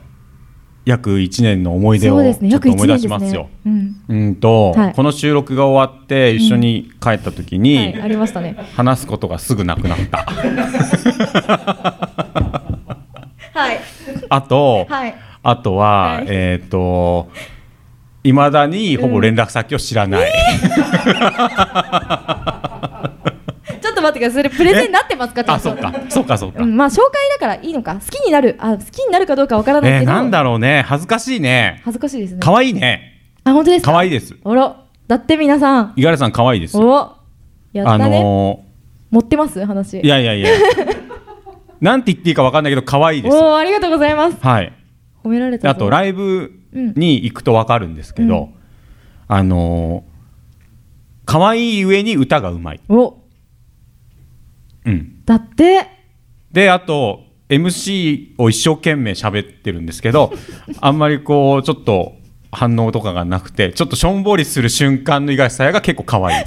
Speaker 1: 約一年の思い出
Speaker 2: そ
Speaker 1: を
Speaker 2: う
Speaker 1: ち
Speaker 2: ですね
Speaker 1: ょっ
Speaker 2: 約
Speaker 1: と
Speaker 2: 1
Speaker 1: 思い
Speaker 2: 年
Speaker 1: 出し
Speaker 2: ですね
Speaker 1: ますよ。
Speaker 2: うん
Speaker 1: うんと、
Speaker 2: はい
Speaker 1: この収録が終わって一緒に帰った時に、
Speaker 2: はい、ありましたね
Speaker 1: 話すことがすぐなくな った。
Speaker 2: はい
Speaker 1: あと、
Speaker 2: はい
Speaker 1: あとは、
Speaker 2: はい
Speaker 1: えーっと。いまだにほぼ連絡先を知らない、
Speaker 2: ちょっと待ってくださいそれプレゼンになってますかちゃ
Speaker 1: あ
Speaker 2: んと
Speaker 1: そっかそっかそっか、
Speaker 2: うん、まあ紹介だからいいのか好きになるあ好きになるかどうかわからないけ
Speaker 1: え
Speaker 2: ど、
Speaker 1: ー、なんだろうね恥ずかしいね
Speaker 2: 恥ずかしいですね
Speaker 1: 可愛いね
Speaker 2: あ本当ですか
Speaker 1: 可愛いです
Speaker 2: あら、だって皆さん、
Speaker 1: 五十嵐さん可愛いですよ
Speaker 2: おやった
Speaker 1: あ
Speaker 2: ね、
Speaker 1: の
Speaker 2: 持ってます話。
Speaker 1: ー、いやいやいやなんて言っていいかわかんないけど可愛いです
Speaker 2: おお、ありがとうございます。
Speaker 1: はい
Speaker 2: 褒められ
Speaker 1: で
Speaker 2: たぞ。
Speaker 1: あとライブに行くとわかるんですけど、
Speaker 2: う
Speaker 1: あのー、可愛い上に歌がうまい、
Speaker 2: お、
Speaker 1: うん、
Speaker 2: だって、
Speaker 1: であと MC を一生懸命喋ってるんですけ どあんまりこうちょっと反応とかがなくてちょっとしょんぼりする瞬間の五十嵐さやが結構可 愛い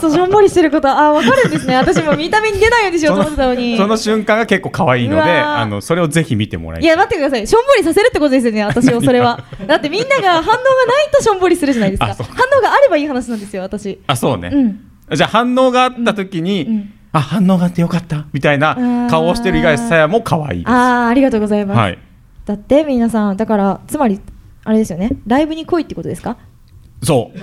Speaker 2: そうしょんぼりしてること、あー、わかるんですね。私も見た目に出ないようにしようと思ってたのに。
Speaker 1: その瞬間が結構可愛いので、
Speaker 2: うわー
Speaker 1: あのそれをぜひ見てもらい
Speaker 2: い
Speaker 1: たい。
Speaker 2: や、待ってください。しょんぼりさせるってことですよね、私を、そ れは。だってみんなが反応がないとしょんぼりするじゃないですか。
Speaker 1: あそう
Speaker 2: 反応があればいい話なんですよ、私。
Speaker 1: あ、そうね。
Speaker 2: うん。
Speaker 1: じゃあ反応があった時に、
Speaker 2: うんうん
Speaker 1: あ反応があってよかったみたいな顔をしてる以外さやも可愛いです。は
Speaker 2: あー、ありがとうございます。
Speaker 1: い。
Speaker 2: だって皆さん、だから、つまり、あれですよね、ライブに来いってことですか
Speaker 1: そう。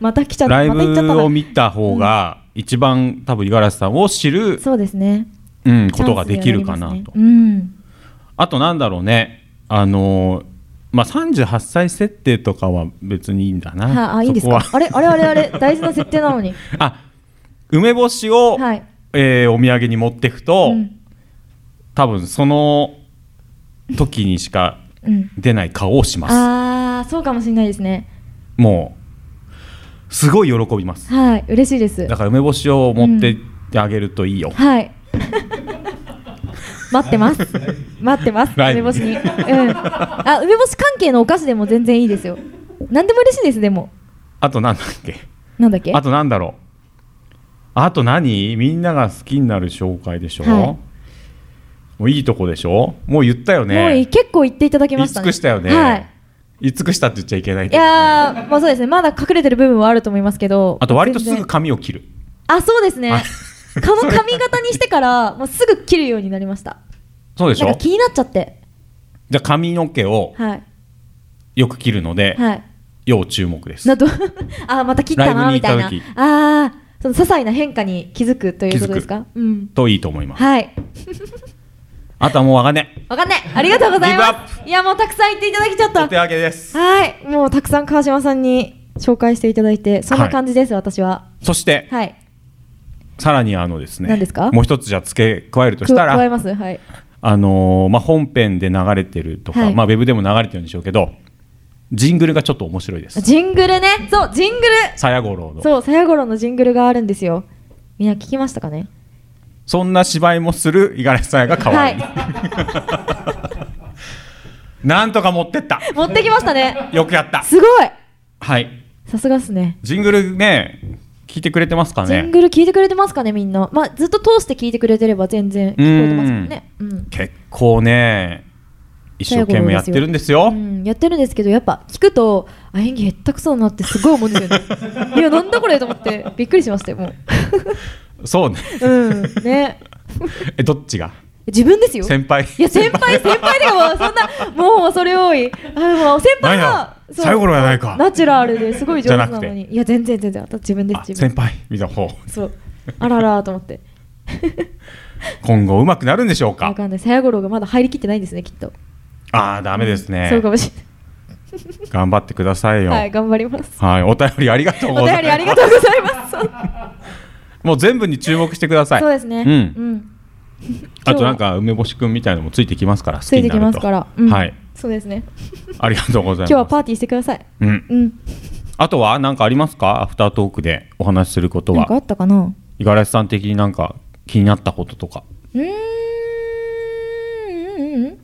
Speaker 2: また来ちゃった、
Speaker 1: ライ
Speaker 2: また行っちゃった
Speaker 1: ブ
Speaker 2: な
Speaker 1: を見た方が一番多分五十嵐さんを知る、
Speaker 2: そうですね。
Speaker 1: うん、ことができるかなと。
Speaker 2: チャンスにはりますねうん。
Speaker 1: あとなんだろうね。あのーまあ38歳設定とかは別にいいんだな、
Speaker 2: はい、あ、いいんです
Speaker 1: そこ
Speaker 2: か
Speaker 1: は。
Speaker 2: あれ、あれ、あれ、あれ、大事な設定なのに。
Speaker 1: あ梅干しを、
Speaker 2: はい。
Speaker 1: えーお土産に持ってくと、
Speaker 2: うん
Speaker 1: 多分その時にしか
Speaker 2: うん。
Speaker 1: 出ない顔をします
Speaker 2: ああ、そうかもしれないですね。
Speaker 1: もうすごい喜びます
Speaker 2: はい、嬉しいです。
Speaker 1: だから梅干しを持ってってあげるといいよ、
Speaker 2: はい。 待ってます。待ってます。
Speaker 1: ライ
Speaker 2: 梅
Speaker 1: ブ
Speaker 2: 干しに。うん。あ、梅干し関係のお菓子でも全然いいですよ。何でも嬉しいです。でも。
Speaker 1: あとなんだっけ
Speaker 2: なんだっけ。
Speaker 1: あとなんだろうあと何みんなが好きになる紹介でしょ、
Speaker 2: はい
Speaker 1: もういいとこでしょもう言ったよね
Speaker 2: もうい結構言っていただきま
Speaker 1: 言い
Speaker 2: した
Speaker 1: 尽
Speaker 2: ね。
Speaker 1: くしたよね、
Speaker 2: はい。
Speaker 1: 言い尽くしたって言っちゃいけない
Speaker 2: い
Speaker 1: けど
Speaker 2: やー、まあ、そうですね。まだ隠れてる部分はあると思いますけど。
Speaker 1: あと割とす
Speaker 2: 全
Speaker 1: ぐ
Speaker 2: 然。
Speaker 1: 髪を切る
Speaker 2: あ、そうですね
Speaker 1: あ。
Speaker 2: この髪型にしてから、もうすぐ切るようになりました。
Speaker 1: そうでし
Speaker 2: なん
Speaker 1: ょ
Speaker 2: か気になっちゃって。
Speaker 1: じゃあ髪の毛を
Speaker 2: はい。
Speaker 1: よく切るので、
Speaker 2: はい。
Speaker 1: 要注目です
Speaker 2: など あーまた切った
Speaker 1: ラ
Speaker 2: な
Speaker 1: イブに
Speaker 2: み
Speaker 1: 行
Speaker 2: た
Speaker 1: っ
Speaker 2: い
Speaker 1: た
Speaker 2: な
Speaker 1: 時
Speaker 2: ああその些細な変化に気づくということですかうん
Speaker 1: といいと思います
Speaker 2: はい
Speaker 1: あとはもうわかんね
Speaker 2: わかんないありがとうござい
Speaker 1: ギ
Speaker 2: ますいやもうたくさん言っていただきちゃっ
Speaker 1: お
Speaker 2: た
Speaker 1: 手上げです
Speaker 2: はいもうたくさん川島さんに紹介していただいてそんな感じです、私は
Speaker 1: そして
Speaker 2: はい
Speaker 1: さらにあのですね
Speaker 2: 何ですか
Speaker 1: もう一つじゃあ付け加えると
Speaker 2: く
Speaker 1: したら
Speaker 2: 加えますはい
Speaker 1: あのーまあ、本編で流れてるとか、
Speaker 2: はい
Speaker 1: まあ、ウェブでも流れてるんでしょうけどジングルがちょっと面白いです
Speaker 2: ジングルねそうジングル
Speaker 1: さやごろうのそ
Speaker 2: そうさやごろのジングルがあるんですよみんな聞きましたかね
Speaker 1: んな芝居もする五十嵐さやが可愛い、
Speaker 2: は
Speaker 1: なんとか持ってった
Speaker 2: い持ってきましたね
Speaker 1: よくやった
Speaker 2: すごい
Speaker 1: はい
Speaker 2: さすがっすね
Speaker 1: ジングルね聞いてくれてますか
Speaker 2: ジン
Speaker 1: ね
Speaker 2: グル聞いてくれてますかねみんな、まあ、ずっと通して聞いてくれてれば全然聞こえてますもんねうん、
Speaker 1: 結構ね一生懸命やってるんですよ
Speaker 2: うん、やってるんですけどやっぱ聞くとあ演技下手くそだなってすごい思うんで すよねいやなんだこれと思ってびっくりしましたよも
Speaker 1: そうね
Speaker 2: ううんね
Speaker 1: えどっちが
Speaker 2: 自分ですよ
Speaker 1: 先輩
Speaker 2: いや先 輩先輩でもうそんなもうそれ多いあもう先
Speaker 1: な
Speaker 2: 輩が
Speaker 1: んや最後のやないか
Speaker 2: ナチュラルですごい上手なの
Speaker 1: じゃな
Speaker 2: にいや全然全然私自分で
Speaker 1: あ
Speaker 2: す自分
Speaker 1: 先輩みたいな方
Speaker 2: そうあららと 思って
Speaker 1: 今後うまくなるんでしょう
Speaker 2: わ
Speaker 1: か
Speaker 2: かんないさやごろうがまだ入りきってないんですねきっと
Speaker 1: ああダメですね
Speaker 2: そうかもしれ
Speaker 1: 頑張ってくださいよ
Speaker 2: ないは
Speaker 1: はい
Speaker 2: い、頑張ります
Speaker 1: お便りありがとうご
Speaker 2: お
Speaker 1: ざ
Speaker 2: 便りあ
Speaker 1: い
Speaker 2: り
Speaker 1: ま
Speaker 2: が
Speaker 1: す
Speaker 2: とうございま す。そう
Speaker 1: もう全部に注目してください
Speaker 2: そうですね。
Speaker 1: うん
Speaker 2: ん。
Speaker 1: あとなんか梅干しくんみたいなのもついてきますから好
Speaker 2: つ
Speaker 1: き
Speaker 2: い
Speaker 1: に
Speaker 2: て
Speaker 1: な
Speaker 2: き
Speaker 1: ると
Speaker 2: ますから。うん
Speaker 1: はい。
Speaker 2: そうですね。
Speaker 1: ありがとうございます
Speaker 2: 今日はパーティーしてください。
Speaker 1: うん
Speaker 2: うん。
Speaker 1: あとは何かありますかアフタートークでお話しすること
Speaker 2: なんかあ
Speaker 1: は
Speaker 2: ったかな。
Speaker 1: 五十嵐さん的になんか気になったこととか
Speaker 2: うーんうんうん。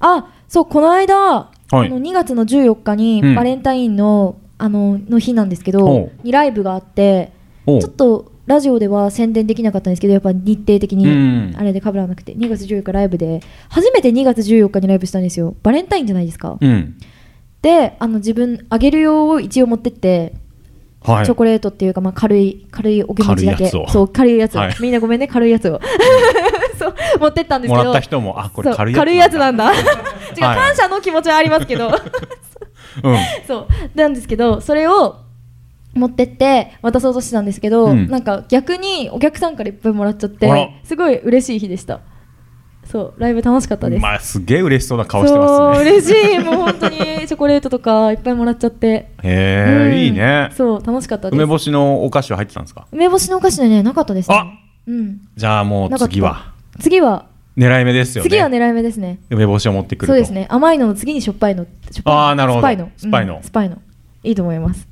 Speaker 2: あ、そうこの間、あの2月の14日に
Speaker 1: うん
Speaker 2: バレンタインの、あのの日なんですけ
Speaker 1: お
Speaker 2: ど
Speaker 1: う、
Speaker 2: にライブがあって、
Speaker 1: おう
Speaker 2: ちょっとラジオでは宣伝できなかったんですけど、やっぱ日程的
Speaker 1: う
Speaker 2: に。
Speaker 1: ん
Speaker 2: あれで被らなくて2月14日ライブで初めて2月14日にライブしたんですよバレンタインじゃないですか
Speaker 1: うん
Speaker 2: であの自分あげる用を一応持ってって
Speaker 1: はい
Speaker 2: チョコレートっていうか、まあ、軽い軽いお気持ちだ
Speaker 1: 軽いや
Speaker 2: け
Speaker 1: つを
Speaker 2: そう軽いやつを、
Speaker 1: はい
Speaker 2: みんなごめんね軽いやつを そう持ってったんですけ
Speaker 1: も
Speaker 2: ど
Speaker 1: らった人もあこ
Speaker 2: そ
Speaker 1: れ
Speaker 2: う
Speaker 1: 軽いやつ
Speaker 2: 軽いやつなんだ違う、
Speaker 1: はい
Speaker 2: 感謝の気持ちはあります けど
Speaker 1: うん
Speaker 2: そうなんですけどそれを持ってって渡そうとしてたんですけど、
Speaker 1: うん
Speaker 2: なんか逆にお客さんからいっぱいもらっちゃっ
Speaker 1: あら
Speaker 2: てすごい嬉しい日でしたそうライブ楽しかったです、
Speaker 1: まあすげえ嬉しそうな顔してます
Speaker 2: そう
Speaker 1: ね
Speaker 2: 嬉しいもう本当にチョコレートとかいっぱいもらっちゃって
Speaker 1: へ
Speaker 2: うん
Speaker 1: えいいね
Speaker 2: そう楽しかったです
Speaker 1: 梅干しのお菓子は入ってたんですか
Speaker 2: 梅干しのお菓子のねなかったですね
Speaker 1: あ
Speaker 2: うん
Speaker 1: じゃあもう次は
Speaker 2: 次は
Speaker 1: 狙い目ですよね
Speaker 2: 次は狙い目ですね
Speaker 1: 梅干しを持ってくると
Speaker 2: そうですね甘いのの次にしょっぱいのしょっぱいの
Speaker 1: あーなるほど
Speaker 2: 酸っぱいの
Speaker 1: 酸っぱいの
Speaker 2: うん酸っぱいのいいと思います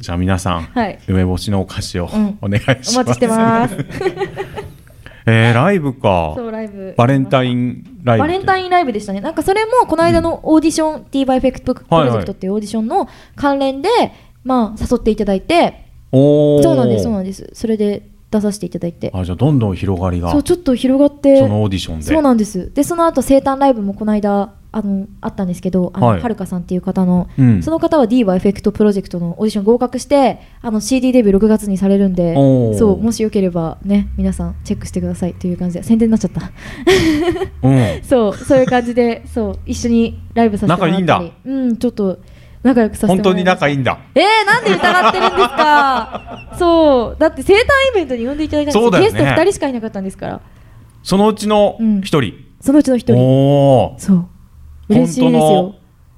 Speaker 1: じゃあ皆さん、
Speaker 2: はい
Speaker 1: 梅干しのお菓子を
Speaker 2: うん
Speaker 1: お願いします。
Speaker 2: お待ちしてます
Speaker 1: えー、ライブか。
Speaker 2: そうライブ
Speaker 1: バレンタ
Speaker 2: ン
Speaker 1: インライブ。
Speaker 2: バレンタ
Speaker 1: ン。
Speaker 2: インライブでしたねなんかそれもこの間のオーディション、t by フェクトプロジェクトっていうオーディションの関連で、まあ誘っていただいて
Speaker 1: おお。
Speaker 2: そうなんですそうなんですそれで出させていただいて
Speaker 1: あじゃあどんどん広がりが
Speaker 2: そ
Speaker 1: そう
Speaker 2: ちょっと広がって
Speaker 1: のオーディションで。
Speaker 2: そうなんですでその後生誕ライブもこの間あのあったんですけどあの、
Speaker 1: はい
Speaker 2: はるかさんっていう方の、
Speaker 1: うん
Speaker 2: その方は D はエフェクトプロジェクトのオーディション合格してあの CD デビュー6月にされるんで
Speaker 1: おー
Speaker 2: そうもしよければね皆さんチェックしてくださいという感じで宣伝になっちゃった
Speaker 1: うん。
Speaker 2: そうそういう感じでそう一緒にライブさせてもらったり
Speaker 1: 仲いいん
Speaker 2: うんちょっと仲良くさせてもらい
Speaker 1: 本当に仲
Speaker 2: い
Speaker 1: いいんだ。
Speaker 2: えー、なんで疑ってるんですかそうだって生誕イベントに呼んでいただいたんです
Speaker 1: そうだよね
Speaker 2: ゲスト2人しかいなかったんですから
Speaker 1: そのうちの
Speaker 2: うん
Speaker 1: 一人。
Speaker 2: そのうちの1人
Speaker 1: おお。
Speaker 2: そう嬉しいですよ
Speaker 1: 本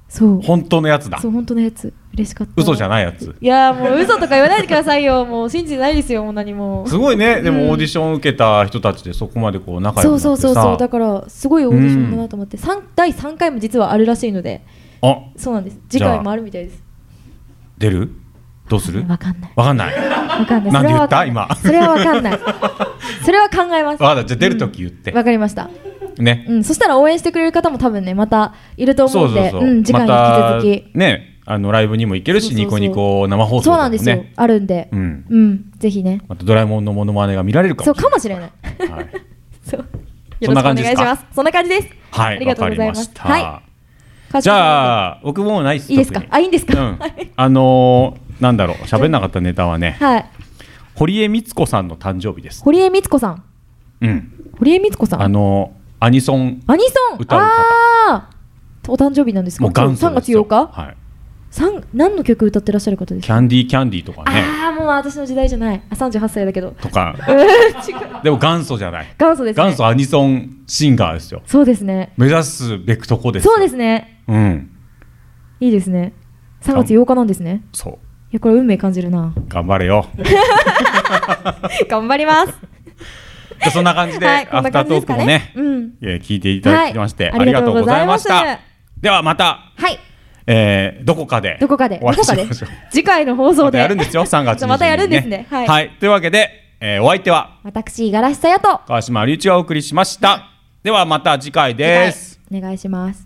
Speaker 2: そう
Speaker 1: 本当のやつだ
Speaker 2: そう本当のやつ嬉しかった
Speaker 1: 嘘じゃ
Speaker 2: い
Speaker 1: ないやつ
Speaker 2: いやーもう嘘とか言わないでくださ いよもう信じてないですよもう何も
Speaker 1: すごいねで
Speaker 2: うん
Speaker 1: もオーディション受けた人たちでそこまでこう仲良く
Speaker 2: そ
Speaker 1: な
Speaker 2: う
Speaker 1: ってさ
Speaker 2: そうそうそうだからすごいオーディションだなと思って、三第3回も実はあるらしいので
Speaker 1: あ
Speaker 2: そうなんです次
Speaker 1: じゃあ
Speaker 2: 回もあるみたいです
Speaker 1: 出るどうする
Speaker 2: わかんない
Speaker 1: わかんない
Speaker 2: わかんない
Speaker 1: なんで言っ
Speaker 2: そ
Speaker 1: た
Speaker 2: れは
Speaker 1: 今
Speaker 2: わかんないそれはわかんない それは考えます
Speaker 1: わかったじゃあ出るとき言って
Speaker 2: わかりました
Speaker 1: ね
Speaker 2: うんそしたら応援してくれる方も多分ねまたいると思
Speaker 1: そううんそう
Speaker 2: で
Speaker 1: そう
Speaker 2: うん次回
Speaker 1: ま
Speaker 2: に引き続
Speaker 1: たねあのライブにも行けるし
Speaker 2: そうそうそう
Speaker 1: ニコニコ生放
Speaker 2: き
Speaker 1: 送
Speaker 2: そ
Speaker 1: だ
Speaker 2: うな
Speaker 1: も
Speaker 2: ん
Speaker 1: ね
Speaker 2: ですよあるんで
Speaker 1: うん
Speaker 2: うんぜひね
Speaker 1: またドラえもんのモノマネが見られるか
Speaker 2: そう
Speaker 1: も
Speaker 2: かもしれない
Speaker 1: れないはい
Speaker 2: そう
Speaker 1: そん
Speaker 2: よろしくお
Speaker 1: な感
Speaker 2: 願い
Speaker 1: じで
Speaker 2: し
Speaker 1: すか
Speaker 2: ますそんな感じです
Speaker 1: は
Speaker 2: あり
Speaker 1: い、
Speaker 2: が
Speaker 1: わ
Speaker 2: とう
Speaker 1: か
Speaker 2: ご
Speaker 1: り
Speaker 2: ざい
Speaker 1: ま
Speaker 2: ます
Speaker 1: した。
Speaker 2: は
Speaker 1: じ
Speaker 2: あ
Speaker 1: ゃあ、僕もうないっす。
Speaker 2: いいですか
Speaker 1: 特に
Speaker 2: あいいんです
Speaker 1: う
Speaker 2: か
Speaker 1: ん、あのー、なんだろう、喋んなかったネタはね、
Speaker 2: はい
Speaker 1: 堀江光子さんの誕生日です。
Speaker 2: 堀江光子さん
Speaker 1: うん、
Speaker 2: 堀江光子さ
Speaker 1: あ
Speaker 2: ん
Speaker 1: のー、アニソン、
Speaker 2: アニソン
Speaker 1: 歌う方
Speaker 2: あーお誕生日なんですか
Speaker 1: もう元祖
Speaker 2: 3
Speaker 1: です
Speaker 2: 月
Speaker 1: よ。
Speaker 2: 8日
Speaker 1: はい、
Speaker 2: 三何の曲歌ってらっしゃる方です
Speaker 1: キ
Speaker 2: か
Speaker 1: ャンディーキャンディーとかね、
Speaker 2: ああもう私の時代じゃないあ38歳だけど
Speaker 1: とか、でも元祖じゃない。
Speaker 2: 元祖ですね
Speaker 1: 元祖アニソンシンガーですよ。
Speaker 2: そうですね
Speaker 1: 目指すべくとこですよ。
Speaker 2: そうですね
Speaker 1: うん、
Speaker 2: いいですね3月8日なんですね
Speaker 1: そう、
Speaker 2: いやこれ運命感じる な
Speaker 1: 頑張れ よ。
Speaker 2: 頑張ります
Speaker 1: じゃあそんな感じで、
Speaker 2: はいこ
Speaker 1: ア
Speaker 2: んな
Speaker 1: フタ
Speaker 2: 感
Speaker 1: ー
Speaker 2: じ
Speaker 1: トーク
Speaker 2: ですか
Speaker 1: も
Speaker 2: ね
Speaker 1: ね、
Speaker 2: うん
Speaker 1: えー聞いていただきまして、
Speaker 2: はい
Speaker 1: ありがとうございまし
Speaker 2: ありがとうござい
Speaker 1: た
Speaker 2: ま。
Speaker 1: ではまた、
Speaker 11: はい
Speaker 1: えーどこかで、
Speaker 2: どこかで
Speaker 1: お会
Speaker 2: ど
Speaker 1: い
Speaker 2: こ
Speaker 1: し
Speaker 2: かで
Speaker 1: ましょう。
Speaker 2: 次回の放送
Speaker 1: また
Speaker 2: で
Speaker 1: やるん ですよ、3月22日、
Speaker 2: またやるんですねはい
Speaker 1: というわけで、えーお相手は
Speaker 2: 私五十嵐さやと
Speaker 1: 川島隆一がお送りしました。ではまた次回です。
Speaker 2: お願いします